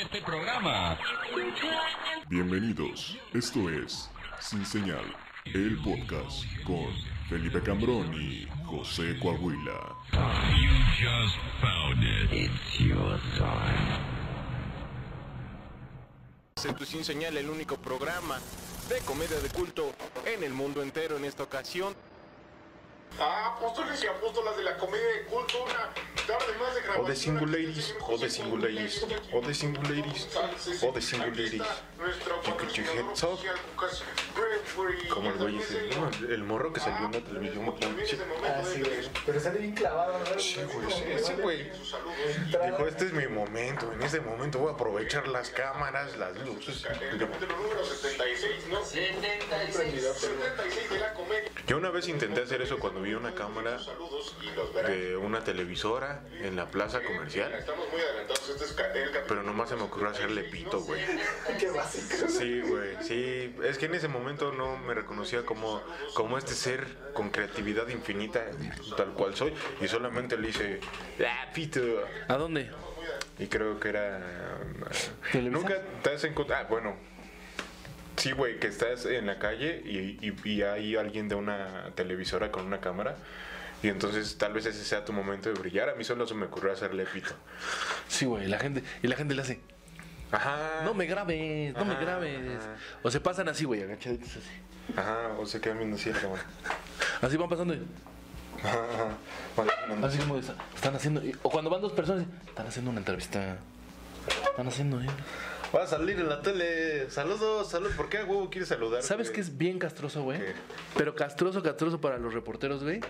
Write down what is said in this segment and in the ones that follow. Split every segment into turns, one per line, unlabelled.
este programa.
Bienvenidos, esto es Sin Señal, el podcast con Felipe Cambrón y José Coahuila.
You just found it. It's your time.
En tu Sin Señal, el único programa de comedia de culto en el mundo entero en esta ocasión.
A apóstoles y apóstolas de la comedia de culto, una tarde más de grabación.
O de single ladies, o de single ladies, o de single ladies, o de single ladies. You put your heads up. Como el güey ese, ¿no? El, el morro que salió en la televisión. ¿no? Sí,
Ah, sí, güey. Pero sale bien clavado, ¿no?
Sí, güey, sí, sí,
este
güey. Dijo, este es mi momento, en este momento voy a aprovechar las cámaras, las luces. Yo,
número 76, ¿no? 76 de la comedia.
yo una vez intenté hacer eso cuando vi una cámara
Saludos y los verán.
de una televisora en la plaza comercial,
Estamos muy adelantados, este es ca- el capítulo.
pero nomás se me ocurrió hacerle pito, güey.
Qué básico.
Sí, güey, sí. Es que en ese momento no me reconocía como, como este ser con creatividad infinita, tal cual soy, y solamente le hice, ¡ah, pito!
¿A dónde?
Y creo que era... eh,
¿Televisa?
Nunca te has encontrado... Ah, bueno. Sí, güey, que estás en la calle y, y- y hay alguien de una televisora con una cámara. Y entonces tal vez ese sea tu momento de brillar. A mí solo se me ocurrió hacerle pito.
Sí, güey, la gente, y la gente le hace,
Ajá.
no me grabes, no me
Ajá,
grabes.
ajá.
O se pasan así, güey, agachaditos así.
Ajá, o se quedan viendo así la cámara.
Así van pasando,
Ajá, ajá. Vale, no,
así como está- están haciendo, o cuando van dos personas, están haciendo una entrevista. Están haciendo, eh.
Va a salir en la tele. Saludos, saludos. ¿Por qué a huevo quieres saludar?
¿Sabes qué es bien castroso, güey?
¿Qué?
Pero castroso, castroso para los reporteros, güey.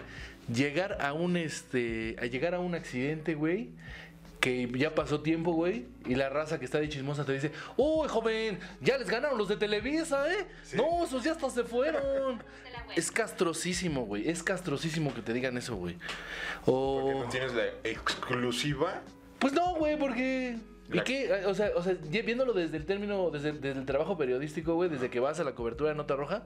Llegar a un este. A llegar a un accidente, güey. Que ya pasó tiempo, güey. Y la raza que está de chismosa te dice: ¡Uy, joven! Ya les ganaron los de Televisa, ¿eh? No, esos ya hasta se fueron. es castrosísimo, güey. Es castrosísimo que te digan eso, güey.
Porque
O.
no tienes la exclusiva.
Pues no, güey, porque. ¿Y
La-
qué? O sea, o sea, ya viéndolo desde el término, desde, desde el trabajo periodístico, güey, desde que vas a la cobertura de Nota Roja,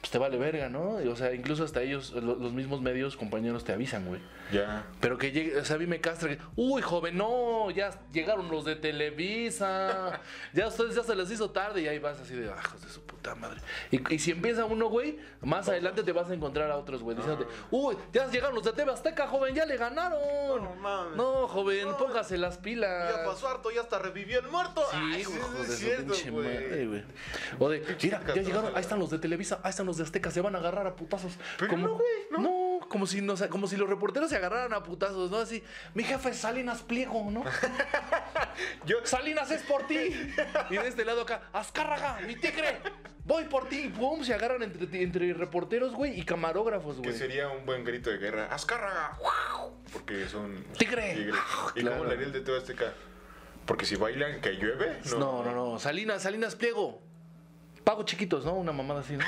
pues te vale verga, ¿no? Y, o sea, incluso hasta ellos, lo- los mismos medios, compañeros, te avisan, güey.
Ya.
Pero que llegue, o sea, a mí me castra que, uy, joven, no, ya llegaron los de Televisa, ya a ustedes ya se les hizo tarde y ahí vas así de bajos de su puta madre. Y, y si empieza uno, güey, más adelante te vas a encontrar a otros, güey, diciéndote, uy, ya llegaron los de TV Azteca, joven, ya le ganaron.
No mames.
No, joven, póngase las pilas.
harto, ya hasta revivió el muerto.
Sí, hijo de su pinche madre, güey. O de, mira, ya
castrosa,
llegaron,
güey.
ahí están los de Televisa, ahí están los de Azteca, se van a agarrar a putazos.
Pero no, güey,
no. como si, nos- como si los reporteros se agarraran a putazos, ¿no? Así, mi jefe es Salinas Pliego, ¿no?
Yo,
Salinas es por ti. Y de este lado acá, Azcárraga, mi tigre, voy por ti. Boom, se agarran entre, entre reporteros, güey, y camarógrafos,
que
güey.
sería un buen grito de guerra. ¡Azcárraga! Porque son.
Tigre.
¿Y
Claro.
cómo le haría el de todo este acá? Porque si bailan que llueve.
Pues No, no, no. Salinas, Salinas Pliego. Pago chiquitos, ¿no? Una mamada así, ¿no?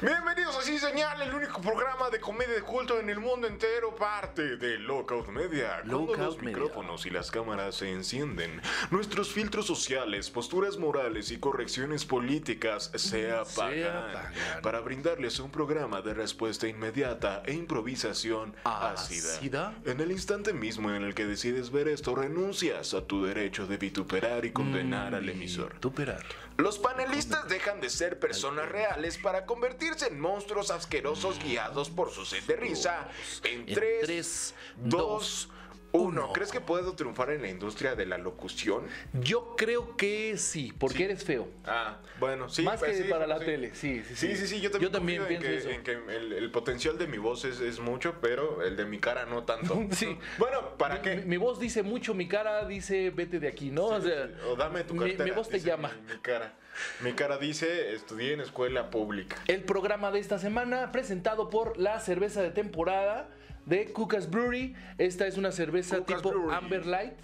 Bienvenidos a Sin Señal, el único programa de comedia de culto en el mundo entero, parte de Lockout Media. Cuando
Lockout
los
Media.
micrófonos y las cámaras se encienden, nuestros filtros sociales, posturas morales y correcciones políticas se apagan,
apagan.
para brindarles un programa de respuesta inmediata e improvisación ácida.
Ácida.
En el instante mismo en el que decides ver esto, renuncias a tu derecho de vituperar y
Mm,
condenar al emisor.
Tú, Perar.
Los panelistas dejan de ser personas reales para convertirse en monstruos asquerosos guiados por su sed de risa en
En
3,
tres,
2,
dos,
1.
uno.
¿Crees que puedo triunfar en la industria de la locución?
Yo creo que sí, porque eres feo.
Ah, bueno, sí.
Más
pues,
que
sí,
para la
sí.
tele, sí, sí,
Sí,
sí.
sí, sí, yo también,
Yo también
confío en
pienso
que, en que el, el potencial de mi voz es, es mucho, pero el de mi cara no tanto.
Sí.
Bueno, ¿para
Mi-
qué?
Mi, mi voz dice mucho, mi cara dice vete de aquí, ¿no? o sea,
o dame tu
mi-
cartera.
Mi, voz te
dice
llama.
Mi, mi cara. Mi cara dice, estudié en escuela pública.
El programa de esta semana presentado por la cerveza de temporada de Cucas Brewery. Esta es una cerveza
Cuca's
tipo
Brewery.
Amber Light.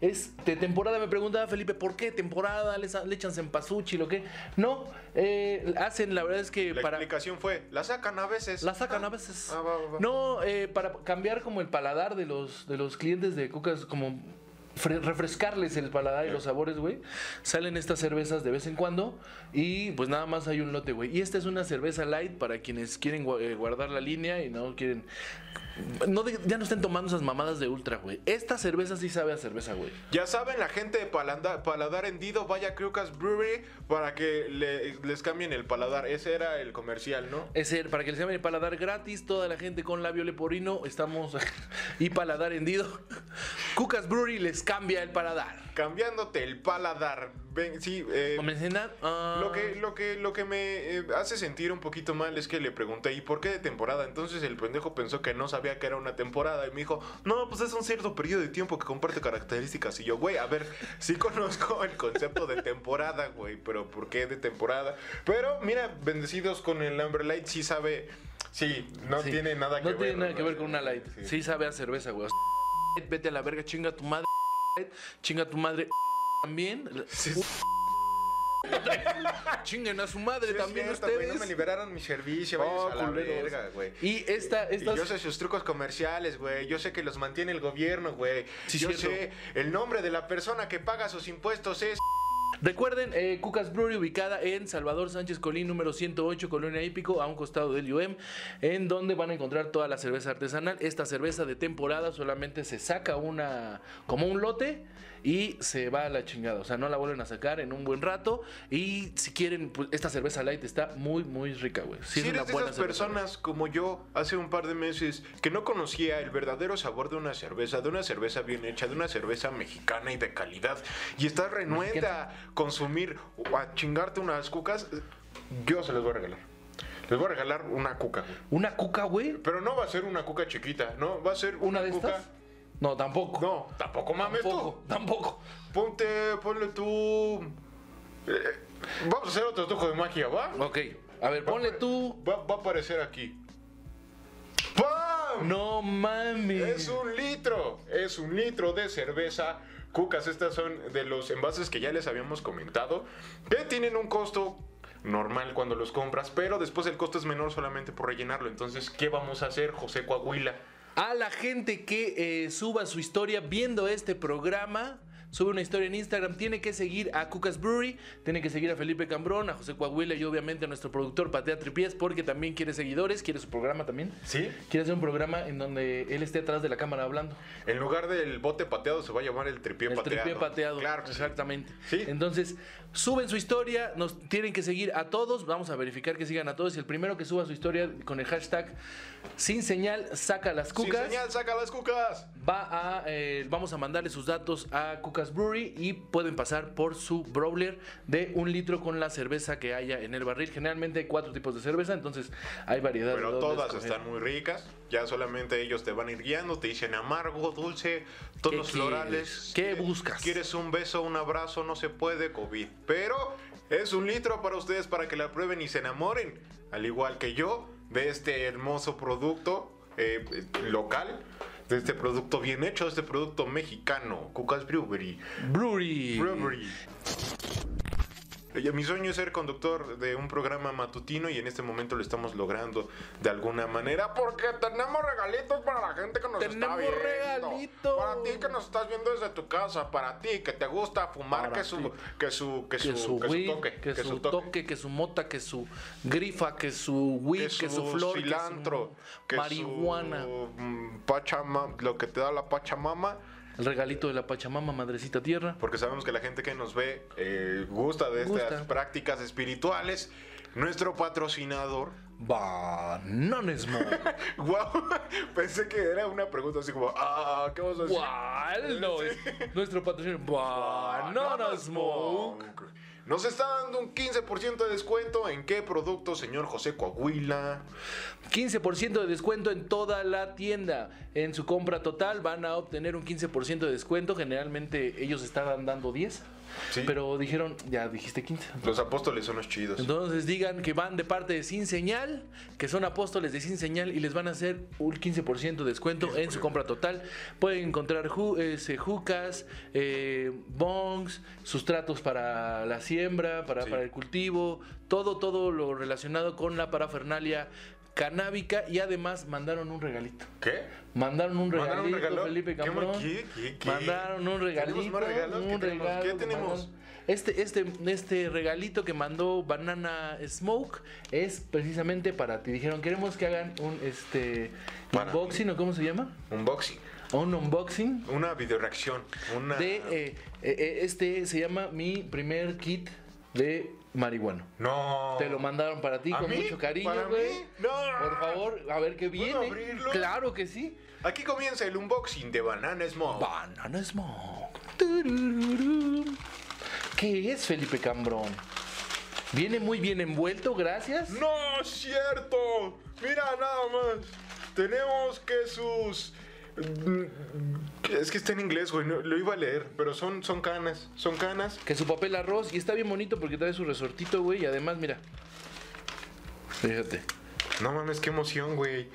Es de temporada, me preguntaba Felipe, ¿por qué temporada? ¿Le, sa- le echan cempasúchil o qué? No, eh, hacen, la verdad es que
La
para...
explicación fue, la sacan a veces.
La sacan a veces.
Ah, va, va, va.
No, eh, para cambiar como el paladar de los, de los clientes de Cucas, como fre- refrescarles el paladar y los sabores, güey. Salen estas cervezas de vez en cuando y pues nada más hay un lote, güey. Y esta es una cerveza light para quienes quieren gua- eh, guardar la línea y no quieren... No de- ya no estén tomando esas mamadas de ultra, güey. Esta cerveza sí sabe a cerveza, güey.
Ya saben, la gente de Palanda- Paladar Hendido, vaya a Criocas Brewery para que le- les cambien el paladar. Ese era el comercial, ¿no?
Es el, para que les llamen el paladar gratis, toda la gente con labio leporino, estamos y paladar hendido. Cucas Brewery les cambia el paladar.
Cambiándote el paladar. Ven, sí, eh,
¿Me mencionan? Ah,
Lo que, lo que, lo que me eh, hace sentir un poquito mal es que le pregunté, ¿y por qué de temporada? Entonces el pendejo pensó que no sabía que era una temporada y me dijo, no, pues es un cierto periodo de tiempo que comparte características. Y yo, güey, a ver, sí conozco el concepto de temporada, güey, pero ¿por qué de temporada? Pero mira, bendecidos con el Amber Light, sí sabe, sí, no
sí.
tiene nada que ver.
No tiene nada
¿no?
que ver con una light. Sí, sabe a cerveza, güey. O sea, Vete a la verga, chinga tu madre. Chinga tu madre también.
Sí,
Chinguen a su madre
sí, es
también
cierto, güey,
ustedes.
no me liberaron mi servicio,
Oh,
vayas a la
culeros.
verga, güey.
Y esta,
Y
esta
yo sé sus trucos comerciales, güey. Yo sé que los mantiene el gobierno, güey.
Sí,
yo
cierto.
sé el nombre de la persona que paga sus impuestos es.
Recuerden, eh, Cucas Brewery ubicada en Salvador Sánchez Colín, número 108, Colonia Hípico, a un costado del UM, en donde van a encontrar toda la cerveza artesanal. Esta cerveza de temporada solamente se saca una, como un lote y se va a la chingada. O sea, no la vuelven a sacar en un buen rato. Y si quieren, pues, esta cerveza light está muy, muy rica, güey.
Si
Sí, es
eres
una
de
buena
esas
cerveza, güey.
personas como yo hace un par de meses que no conocía el verdadero sabor de una cerveza, de una cerveza bien hecha, de una cerveza mexicana y de calidad, y estás renuente a consumir o a chingarte unas cucas, yo se las voy a regalar. Les voy a regalar una cuca, güey.
Una cuca, güey.
Pero no va a ser una cuca chiquita, no, va a ser
Una
una,
de
cuca.
estas. No, tampoco.
No, tampoco mames tú.
tampoco, tampoco.
Ponte, ponle tú. eh, vamos a hacer otro truco de magia, ¿va?
Ok, a ver, ponle
pues,
tú.
Va, va a aparecer aquí. ¡Pam!
No mames.
Es un litro. Es un litro de cerveza. Cucas, estas son de los envases que ya les habíamos comentado. Que tienen un costo normal cuando los compras. Pero después el costo es menor solamente por rellenarlo. Entonces, ¿qué vamos a hacer, José Coahuila?
A la gente que eh, suba su historia viendo este programa, sube una historia en Instagram, tiene que seguir a Cucas Brewery, tiene que seguir a Felipe Cambrón, a José Coahuila y obviamente a nuestro productor Patea Tripies porque también quiere seguidores, quiere su programa también.
¿Sí?
Quiere hacer un programa en donde él esté atrás de la cámara hablando.
En lugar del bote pateado se va a llamar el tripié
El
pateado.
tripié pateado.
Claro, que sí.
exactamente.
Sí.
Entonces, suben su historia, nos tienen que seguir a todos, vamos a verificar que sigan a todos y el primero que suba su historia con el hashtag sin señal saca las
Sin
cucas.
señal, saca las cucas.
Va a, eh, vamos a mandarle sus datos a Cucas Brewery y pueden pasar por su brawler de un litro con la cerveza que haya en el barril. Generalmente hay cuatro tipos de cerveza, entonces hay variedad. de
Pero
dónde
todas
escoger.
están muy ricas. Ya solamente ellos te van a ir guiando. Te dicen amargo, dulce, tonos
¿Qué quieres?
florales.
¿Qué buscas?
¿Quieres un beso, un abrazo? No se puede, COVID. Pero es un litro para ustedes para que la prueben y se enamoren. Al igual que yo, de este hermoso producto eh, local. De este producto bien hecho, de este producto mexicano. Cucas Brewery.
Brewery.
Brewery. Oye, Mi sueño es ser conductor de un programa matutino y en este momento lo estamos logrando de alguna manera porque tenemos regalitos para la gente que nos está
Tenemos
viendo.
regalitos.
Para ti que nos estás viendo desde tu casa, para ti que te gusta fumar que su, que su que
Que
su
su,
que su
weed,
toque,
que, su toque. que su mota, que su grifa, que su weed,
que
que su,
su,
flor, que su
cilantro, que su,
marihuana.
mm, pachama- lo que te da la pachamama.
El regalito de la Pachamama, madrecita tierra.
porque sabemos que la gente que nos ve eh, gusta de estas
Gusta.
prácticas espirituales. Nuestro patrocinador.
Bananesmo.
Wow, pensé que era una pregunta así como, ah, ¿qué vas a decir?
¿Cuál? No, es nuestro patrocinador.
Banana
Banana Smoke.
Smoke. Nos está dando un 15% de descuento en qué producto, señor José Coahuila.
15% de descuento en toda la tienda. En su compra total van a obtener un 15% de descuento. Generalmente ellos estaban dando 10.
Sí.
Pero dijeron, ya dijiste 15.
Los apóstoles son los chidos.
Entonces digan que van de parte de Sin Señal, que son apóstoles de Sin Señal y les van a hacer un 15% de descuento en su compra total. Pueden encontrar ju- ese, jucas, eh, bongs, sustratos para la siembra, para,
Sí.
para el cultivo, todo, todo lo relacionado con la parafernalia canábica y además mandaron un regalito.
¿Qué?
Mandaron un regalito,
¿Mandaron un regalo?
Felipe
¿Qué
Cambrón.
ma- qué- qué- qué?
Mandaron un regalito.
¿Tenemos más regalos? ¿Qué
un
tenemos?
regalo
¿Qué
que
tenemos?
mandaron. Este, este, este regalito que mandó Banana Smoke es precisamente para ti. Dijeron, queremos que hagan un este
Para
unboxing o cómo se llama?
Unboxing.
Un unboxing
Una videoreacción. Una...
de eh, eh, eh, este se llama mi primer kit de marihuana.
No.
Te lo mandaron para ti
¿A
con
mí?
mucho cariño,
¿Para
güey.
mí? No.
Por favor, a ver qué viene.
abrirlo?
Claro que sí.
Aquí comienza el unboxing de Banana Smoke.
Banana Smoke. Turururum. ¿Qué es Felipe Cambrón? Viene muy bien envuelto, gracias.
¡No es cierto! Mira nada más. Tenemos que sus. Es que está en inglés, güey. no- Lo iba a leer, pero son, son canas. Son canas.
Que su papel arroz. Y está bien bonito porque trae su resortito, güey. Y además, mira. Fíjate.
No mames, qué emoción, güey.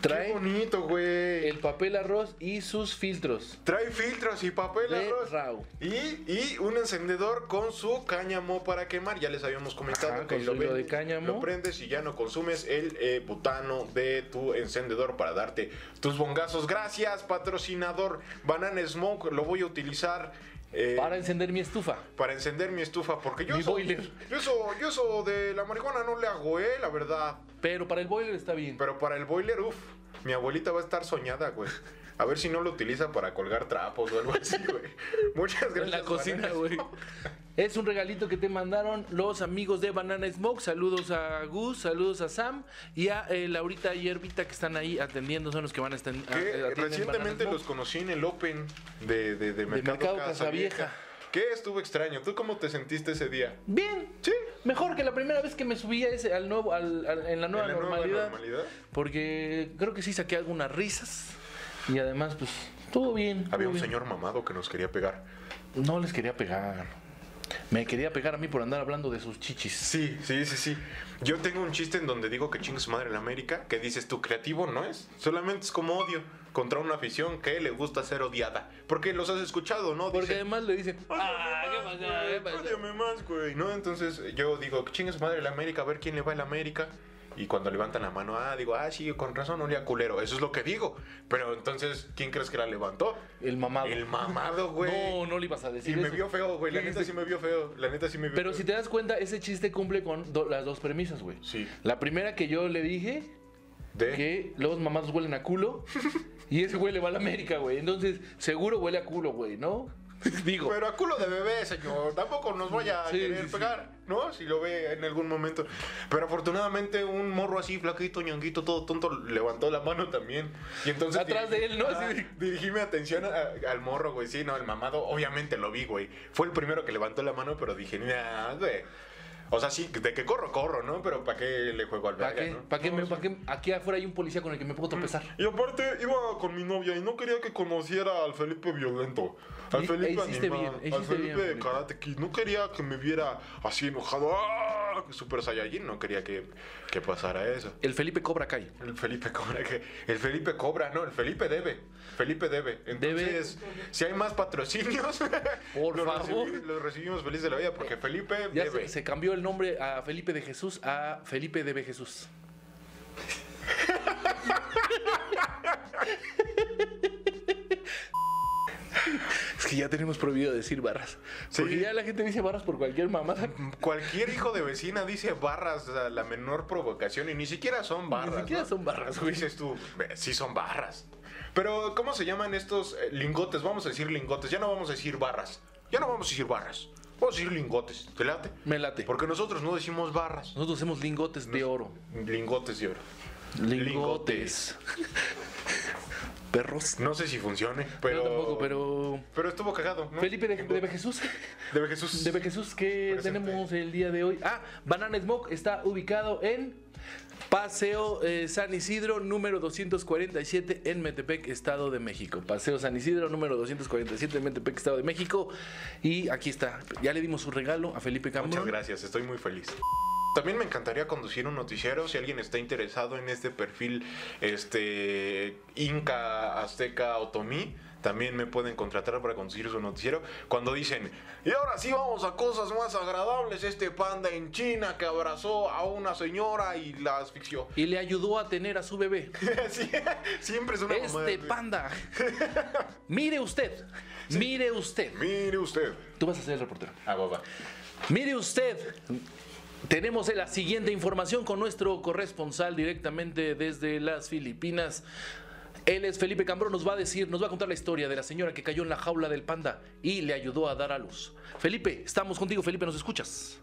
Trae
Qué bonito, güey.
el papel arroz y sus filtros.
Trae filtros y papel
De
arroz.
Rao.
Y, y un encendedor con su cáñamo para quemar. Ya les habíamos comentado
Ajá,
que
con su hilo
ven-
de cáñamo.
lo prendes y ya no consumes el eh, butano de tu encendedor para darte tus bongazos. Gracias, patrocinador Banana Smoke. Lo voy a utilizar. eh,
Para encender mi estufa.
para encender mi estufa, porque yo
Mi
eso,
boiler.
yo eso, yo eso de la marihuana no le hago, eh, la verdad.
Pero para el boiler está bien.
Pero para el boiler, uff, mi abuelita va a estar soñada, güey. A ver si no lo utiliza para colgar trapos o algo así, güey. Muchas gracias.
en la cocina,
Banana
güey.
Smoke.
Es un regalito que te mandaron los amigos de Banana Smoke. Saludos a Gus, saludos a Sam y a eh, Laurita y Herbita que están ahí atendiendo. Son los que van a estar a-
Que
eh, atienden Banana
recientemente
Smoke.
los conocí en el Open de, de, de Mercado,
Mercado
Casavieja.
Casavieja.
Que estuvo extraño. ¿Tú cómo te sentiste ese día?
Bien,
Sí.
mejor que la primera vez que me subí a ese, al nuevo, al- al- en la nueva
¿En la nueva
normalidad.
normalidad?
Porque creo que sí saqué algunas risas y además, pues, todo bien. estuvo
Había un
bien.
señor mamado que nos quería pegar.
No les quería pegar. Me quería pegar a mí por andar hablando de sus chichis.
Sí, sí, sí, sí. Yo tengo un chiste en donde digo que chingue su madre en América, que dices tú creativo no es, solamente es como odio contra una afición que le gusta ser odiada. Porque los has escuchado, ¿no?
Porque
Dicen,
además le dicen, ah, ¿qué
"Ódiame más,
pasa? ¿Qué
güey,
pasa?".
ódiame más, güey. No, entonces yo digo, que chingue su madre la América, a ver quién le va a la América. Y cuando levantan la mano, ah, digo, ah, sí, con razón, olía culero. Eso es lo que digo. Pero entonces, ¿quién crees que la levantó?
El mamado.
El mamado, güey.
Ah, No, no le ibas a decir
Y me
eso.
vio feo, güey. La neta
Dijiste-
sí me vio feo. La neta sí me vio
Pero
feo.
si te das cuenta, ese chiste cumple con do- las dos premisas, güey.
Sí. Eh.
La primera que yo le dije,
De-
que los mamados huelen a culo, y ese güey le va a la América, güey. Entonces, seguro huele a culo, güey, ¿no? Digo.
Pero a culo de bebé, señor. Tampoco nos vaya a
Sí,
querer
sí, sí.
pegar, ¿no? Si lo ve en algún momento. Pero afortunadamente un morro así, flaquito, ñonguito, todo tonto, levantó la mano también. Y entonces...
Atrás de él, ¿no?
Ajá,
Así de-
Ah, dirigí mi atención a- al morro, güey. Sí, no, el mamado, obviamente lo vi, güey. Fue el primero que levantó la mano, pero dije, nah, güey. O sea, sí, de que corro, corro, ¿no? Pero ¿para qué le juego al
¿Para
verga,
qué?
no?
¿Para qué?
No,
me-
sí.
pa' qué? Aquí afuera hay un policía con el que me puedo tropezar.
Y aparte iba con mi novia y no quería que conociera al Felipe violento, al
Y-
Felipe
e hiciste
animal,
bien, e
al
hiciste
Felipe
bien,
de
Felipe.
Karate Kid. No quería que me viera así enojado, ¡ah! Super Saiyajin, no quería que, que pasara eso.
El Felipe Cobra Kai.
El Felipe cobra, que- el Felipe cobra, no, el Felipe debe, Felipe debe. Entonces, si hay más patrocinios,
Por
los
favor.
recibi- los recibimos feliz de la vida porque Felipe
Ya
debe.
se, se cambió el nombre a Felipe de Jesús a Felipe de B. Jesús. es que ya tenemos prohibido decir barras.
Sí.
Porque ya la gente dice barras por cualquier mamada.
Cualquier hijo de vecina dice barras a la menor provocación y ni siquiera son barras.
siquiera
¿no?
son barras, güey.
Dices tú, "Ve, sí son barras. Pero, ¿cómo se llaman estos eh, lingotes? Vamos a decir lingotes, ya no vamos a decir barras. Ya no vamos a decir barras. Vamos a decir lingotes. ¿Te late?
Me late.
Porque nosotros no decimos barras.
Nosotros hacemos lingotes de oro.
Lingotes de oro.
Lingotes. Perros.
No sé si funcione,
Pero...
pero.
tampoco, pero.
Pero estuvo cagado. ¿no?
Felipe de, de
Lingotes.
B. Jesús.
De Be Jesús.
De Jesús que
Presente.
tenemos el día de hoy. Ah, Banana Smoke está ubicado en Paseo eh, San Isidro número 247 en Metepec, Estado de México. Paseo San Isidro número 247 en Metepec, Estado de México. Y aquí está. Ya le dimos su regalo a Felipe Cambrón.
Muchas gracias, estoy muy feliz. También me encantaría conducir un noticiero si alguien está interesado en este perfil este inca, azteca, otomí También me pueden contratar para conseguir su noticiero. Cuando dicen, y ahora sí vamos a cosas más agradables, este panda en China que abrazó a una señora y la asfixió.
Y le ayudó a tener a su bebé.
Sí, siempre es una mamada,
Este
sí.
panda. Mire usted. Mire usted.
Mire usted.
Tú vas a ser el reportero.
Ah, va, va.
Mire usted, tenemos la siguiente información con nuestro corresponsal directamente desde las Filipinas. Él es Felipe Cambrón, nos va a decir, nos va a contar la historia de la señora que cayó en la jaula del panda y le ayudó a dar a luz. Felipe, estamos contigo, Felipe, ¿nos escuchas?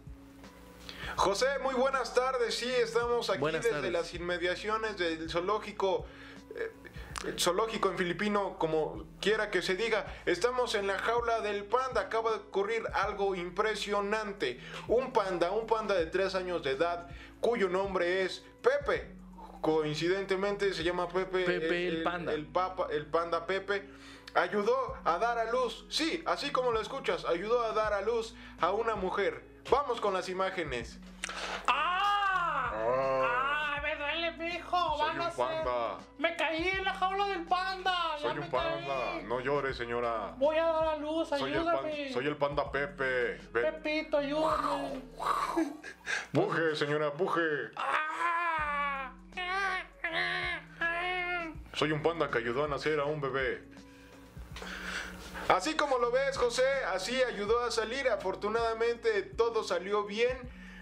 José, muy buenas tardes. Sí, estamos aquí
Buenas
desde
tardes.
las inmediaciones del zoológico. eh, el Zoológico en filipino, como quiera que se diga, estamos en la jaula del panda. Acaba de ocurrir algo impresionante. Un panda, un panda de 3 años de edad, cuyo nombre es Pepe. Coincidentemente se llama Pepe.
Pepe el panda.
el papa- el panda Pepe ayudó a dar a luz. Sí, así como lo escuchas, ayudó a dar a luz a una mujer. Vamos con las imágenes.
¡Ah! ¡Me duele, mijo!
Eh. Soy
¡Van a
un
ser!
panda.
¡Me caí en la jaula del panda! ¡Ya
Soy
me
un panda.
caí!
No llores, señora.
Voy a dar a luz,
Soy el, pan-
ayúdame.
soy el panda Pepe. Ven.
Pepito, ayúdame.
Puje, señora, puje.
¡Ah! ¡Ah! ¡Ah! ¡Ah!
Soy un panda que ayudó a nacer a un bebé. Así como lo ves, José, así ayudó a salir. Afortunadamente todo salió bien.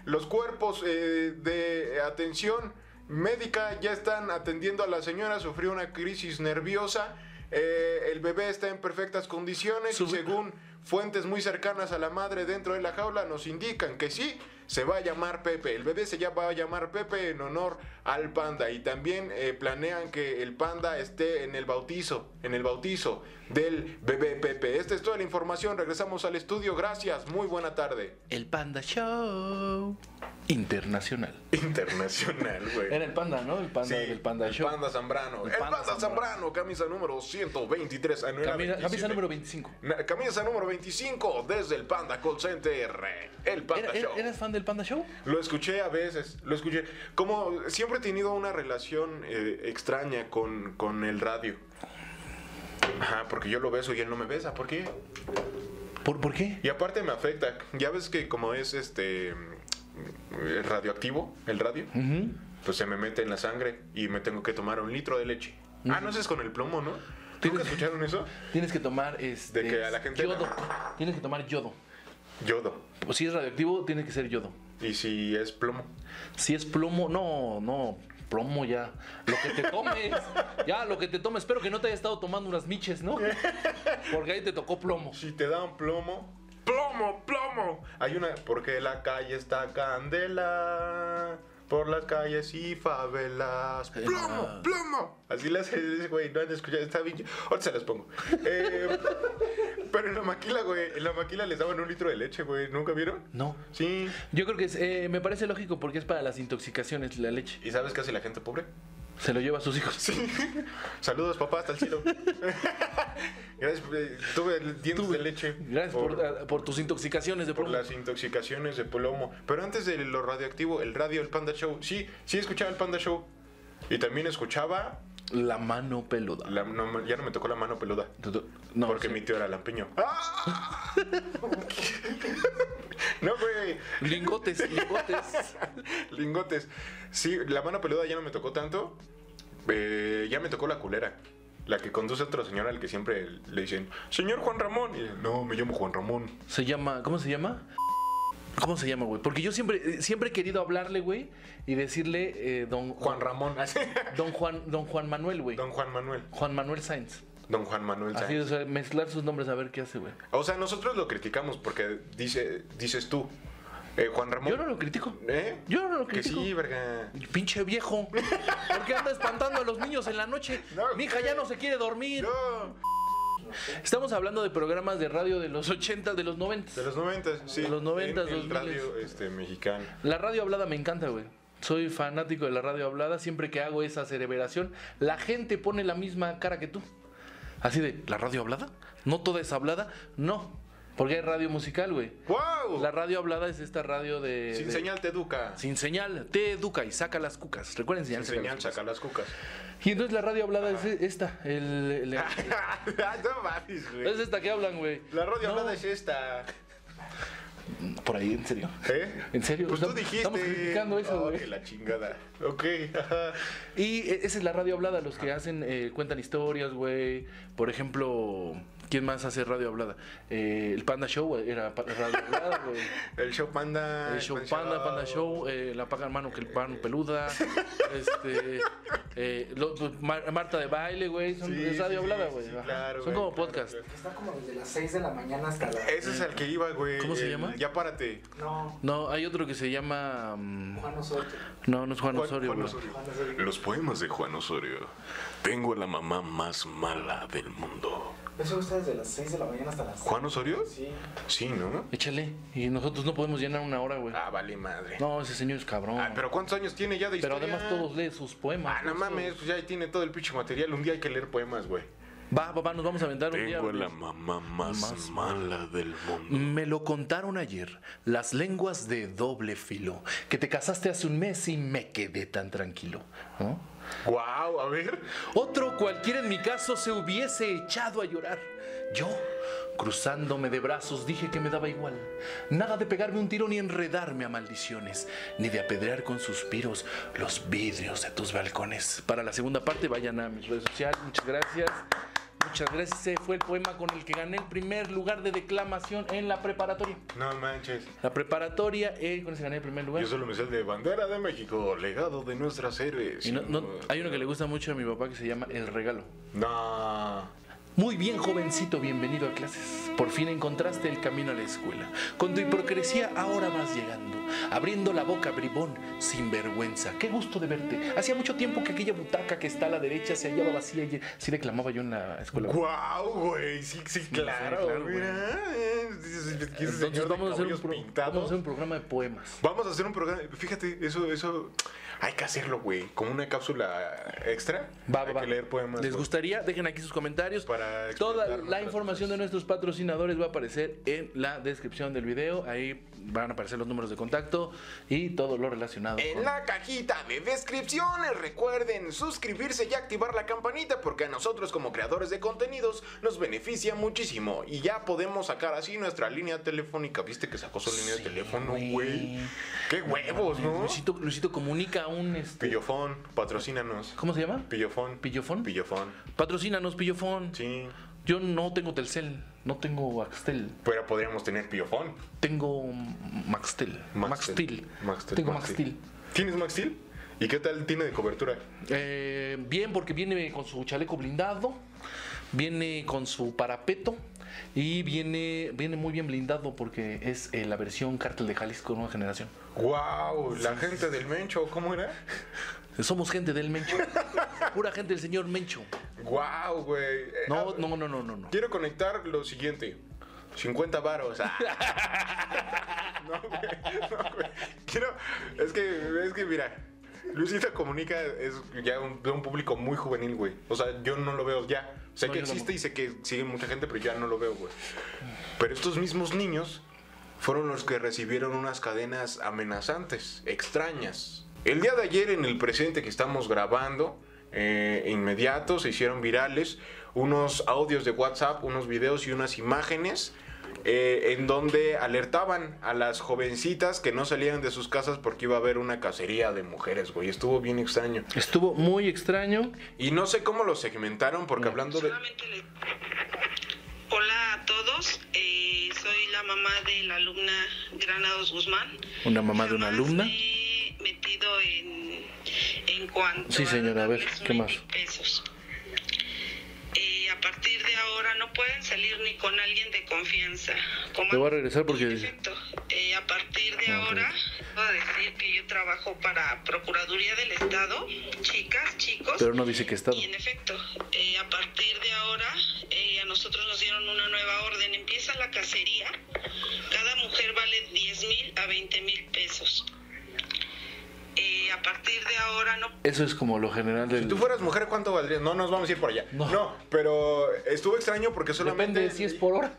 Los cuerpos eh, de atención médica ya están atendiendo a la señora. Sufrió una crisis nerviosa. Eh, el bebé está en perfectas condiciones. y
Sufri-
Según fuentes muy cercanas a la madre dentro de la jaula, nos indican que sí, se va a llamar Pepe. El bebé se ya va a llamar Pepe en honor al panda. Y también eh, planean que el panda esté en el bautizo, en el bautizo del bebé Pepe. Esta es toda la información. Regresamos al estudio. Gracias. Muy buena tarde.
El Panda Show Internacional.
Internacional, güey.
Era el panda, ¿no? El panda, el panda
el
Show.
panda Zambrano.
El
El,
Panda
panda,
Zambrano.
Zambrano. camisa número 123. ah, no, era
Camisa,
27.
camisa número 25.
Na- Camisa número 25 desde el Panda Call Center. El Panda
¿Era- era-
Show.
¿Eras fan del Panda Show?
Lo escuché a veces, lo escuché. Como siempre he tenido una relación eh, extraña con, con el radio. Ajá, porque yo lo beso y él no me besa, ¿por qué?
¿Por, ¿por qué?
Y aparte me afecta. Ya ves que como es este eh, radioactivo, el radio, pues se me mete en la sangre y me tengo que tomar un litro de leche. Ah, no, eso es con el plomo, ¿no? ¿Nunca
Tienes-
escucharon eso?
Tienes que tomar este,
De que a la gente-
yodo. Tienes que tomar yodo.
Yodo.
Pues si es radioactivo, tiene que ser yodo.
Y si es plomo.
Si es plomo, no, no, plomo ya. Lo que te tomes, ya, lo que te tomes. Espero que no te haya estado tomando unas miches, ¿no? Porque ahí te tocó plomo.
Si te dan plomo, plomo, plomo. Hay una, porque la calle está candela. Por las calles y favelas. Eh, ¡Plomo! ¡Plomo! Así las dice, güey, no han escuchado, está bien. Ahorita se las pongo. Eh, pero en la maquila, güey, en la maquila les daban un litro de leche, güey. ¿Nunca vieron?
No.
Sí.
Yo creo que es, eh, me parece lógico porque es para las intoxicaciones la leche.
¿Y sabes qué hace la gente pobre?
Se lo lleva a sus hijos.
Sí. Saludos, papá, hasta el cielo. Gracias, eh, tuve dientes
Tuve-
de leche.
Gracias por, ah,
Por-
por tus intoxicaciones de
por
plomo.
las intoxicaciones de plomo. Pero antes de lo radioactivo, el radio, el Panda Show. Sí, sí escuchaba el Panda Show. Y también escuchaba.
La mano peluda.
la- no, ya no me tocó la mano peluda.
No,
porque
sí.
mi tío era lampiño. ¡Ah! no, güey.
Lingotes, lingotes.
Lingotes. Sí, la mano peluda ya no me tocó tanto. Eh, ya me tocó la culera. La que conduce a otra señora al que siempre le dicen, señor Juan Ramón. Y, dice, no, me llamo Juan Ramón.
Se llama, ¿cómo se llama? ¿Cómo se llama, güey? Porque yo siempre, eh, siempre he querido hablarle, güey, y decirle, eh, don
Juan Ramón.
Don Juan, don Juan Manuel, güey.
Don Juan Manuel.
Juan Manuel Sainz.
Don Juan Manuel Sáenz.
Así, o sea, mezclar sus nombres a ver qué hace, güey.
O sea, nosotros lo criticamos porque dice, dices tú, eh, Juan Ramón.
Yo no lo critico.
¿Eh?
Yo no lo
Que
critico.
sí, verga.
Pinche viejo. ¿Por qué anda espantando a los niños en la noche?
No,
Mi hija ya no se quiere dormir.
No,
Estamos hablando de programas de radio de los 80, de los 90.
de los 90, sí.
De los 90s,
En el
2000s.
radio este, mexicano.
La radio hablada me encanta, güey. Soy fanático de la radio hablada. Siempre que hago esa celebración, la gente pone la misma cara que tú. Así de, ¿la radio hablada? ¿No toda es hablada? No. Porque hay radio musical, güey.
¡Wow!
La radio hablada es esta radio de.
Sin
de-
señal te educa. Sin,
Sin señal, te educa y saca las cucas. Recuerden señal, saca las
señal saca las cucas.
cucas. Y entonces la radio hablada es esta. El, el-
no Iris, güey.
Es esta que hablan, güey.
La radio
Pues, No,
hablada es esta.
Por ahí, en serio.
¿Eh?
¿En serio?
Pues tú
Estamos-
dijiste.
estamos criticando eso,
Ah,
güey.
que la chingada. Ok, ajá.
Y eh, esa es la radio hablada, los que hacen, eh, cuentan historias, güey. Por ejemplo, ¿quién más hace radio hablada? Eh, el Panda Show güey, era pa- radio hablada, güey.
El show panda.
El show
pan
Panda, Panda Show, eh, La Paga Hermano que el pan peluda. este, eh, lo- lo- Mar- Marta de baile, güey. Son
Sí,
es radio
sí,
hablada,
sí,
güey.
sí,
Ajá.
claro,
Son
güey,
como
claro,
podcast.
claro.
Está como desde las 6 de la mañana hasta la.
Ese es al que iba, güey.
¿Cómo se
el-
llama?
Ya párate.
No,
No, hay otro que se llama. mm,
Juan Osorio.
No, no es Juan
Juan-
Osorio,
Juan
güey.
Osorio.
Juan Osorio.
Los poemas de Juan Osorio. Tengo a la mamá más mala del mundo.
Eso está desde las 6 de la mañana hasta las.
¿Juan Osorio?
Sí.
Sí, ¿no?
Échale. Y nosotros no podemos llenar una hora, güey.
Ah, vale madre.
No, ese señor es cabrón.
Ah, pero ¿cuántos años tiene ya de
Pero
historia?
además todos leen sus poemas.
Ah, no
güey.
mames, pues ya ahí tiene todo el pinche material. Un día hay que leer poemas, güey.
Va, papá, nos vamos a aventar un día.
Tengo a la
güey.
mamá más,
Más
mala del mundo.
Me lo contaron ayer, las lenguas de doble filo, que te casaste hace un mes y me quedé tan tranquilo. ¿no?
Wow, a ver.
Otro cualquiera en mi caso se hubiese echado a llorar. Yo, cruzándome de brazos, dije que me daba igual. Nada de pegarme un tiro ni enredarme a maldiciones, ni de apedrear con suspiros los vidrios de tus balcones. Para la segunda parte, vayan a mis redes sociales. Muchas gracias. Muchas gracias. Ese fue el poema con el que gané el primer lugar de declamación en la preparatoria.
No manches.
La preparatoria, eh, con ese gané el primer lugar.
Yo solo me sé el de Bandera de México, legado de nuestras héroes.
Y no- no- hay uno que le gusta mucho a mi papá que se llama El Regalo.
No.
Muy bien, jovencito, bienvenido a clases. Por fin encontraste el camino a la escuela. Con tu hipocresía ahora vas llegando, abriendo la boca, bribón, sin vergüenza. Qué gusto de verte. Hacía mucho tiempo que aquella butaca que está a la derecha se hallaba vacía. Y así declamaba yo en la escuela.
Wow, güey. Sí, sí, claro.
claro, güey.
mira. Entonces
Entonces vamos a, hacer un pro-
pintados.
vamos a hacer un programa de poemas.
Vamos a hacer un programa. Fíjate, eso, eso. Hay que hacerlo, güey. Como una cápsula extra.
Va,
Hay
va, va.
que leer poemas.
¿Les
güey.
gustaría? Dejen aquí sus comentarios.
Para explotar
Toda la
nuestras
información de nuestros patrocinadores va a aparecer en la descripción del video. Ahí van a aparecer los números de contacto y todo lo relacionado.
En
con-
la cajita de descripciones recuerden suscribirse y activar la campanita porque a nosotros como creadores de contenidos nos beneficia muchísimo y ya podemos sacar así nuestra línea telefónica. ¿Viste que sacó su línea de teléfono, güey? Qué huevos, ¿no?
Luisito, Luisito comunica un este,
Pillofón, patrocínanos.
¿Cómo se llama?
Pillofón.
¿Pillofón?
Pillofón.
Patrocínanos, Pillofón.
Sí.
Yo no tengo Telcel, no tengo Axtel,
Pero podríamos tener pillofón.
tengo Maxtel. Maxtil.
Maxtel.
Tengo Maxtil.
¿Tienes Maxtil? ¿Y qué tal tiene de cobertura?
Eh, bien, porque viene con su chaleco blindado, viene con su parapeto y viene, viene muy bien blindado porque es eh, la versión Cártel de Jalisco Nueva Generación.
¡Wow! La gente del Mencho, ¿cómo era?
Somos gente del Mencho, pura gente del señor Mencho.
¡Wow, güey! Eh, ah,
No, no, no, no, no. no.
Quiero conectar lo siguiente. 50 varos. Ah. No, güey. No, güey. Quiero. Es que, es que mira. Luisita Comunica es ya un, de un público muy juvenil, güey. O sea, yo no lo veo ya. Sé
No,
que
yo
existe
tampoco.
y sé que sigue mucha gente, pero ya no lo veo, güey. Pero estos mismos niños fueron los que recibieron unas cadenas amenazantes, extrañas. El día de ayer, en el presente que estamos grabando, eh, inmediato se hicieron virales unos audios de WhatsApp, unos videos y unas imágenes. eh, en donde alertaban a las jovencitas que no salieran de sus casas porque iba a haber una cacería de mujeres, güey. Estuvo bien extraño.
Estuvo muy extraño.
Y no sé cómo lo segmentaron porque hablando de...
Solamente le- Hola a todos, eh, soy la mamá de la alumna Granados Guzmán.
Una mamá de una
Jamás
alumna.
me he metido en, en cuanto
Sí, señora, a ver,
darles
¿qué más?
20 pesos. Eh, a partir de ahora no pueden salir ni con alguien de confianza. Como
Te voy a regresar porque-
En efecto, eh, a partir de
Ah, ok.
ahora puedo decir que yo trabajo para Procuraduría del Estado, chicas, chicos.
Pero no dice qué estado.
Y en efecto, eh, a partir de ahora eh, a nosotros nos dieron una nueva orden. Empieza la cacería. Cada mujer vale 10 mil a 20 mil pesos. Eh, a partir de ahora no
Eso es como lo general del.
Si tú fueras mujer, ¿cuánto valdrías? No, nos vamos a ir por allá. No,
No.
pero estuvo extraño porque solamente.
Depende si es por hora.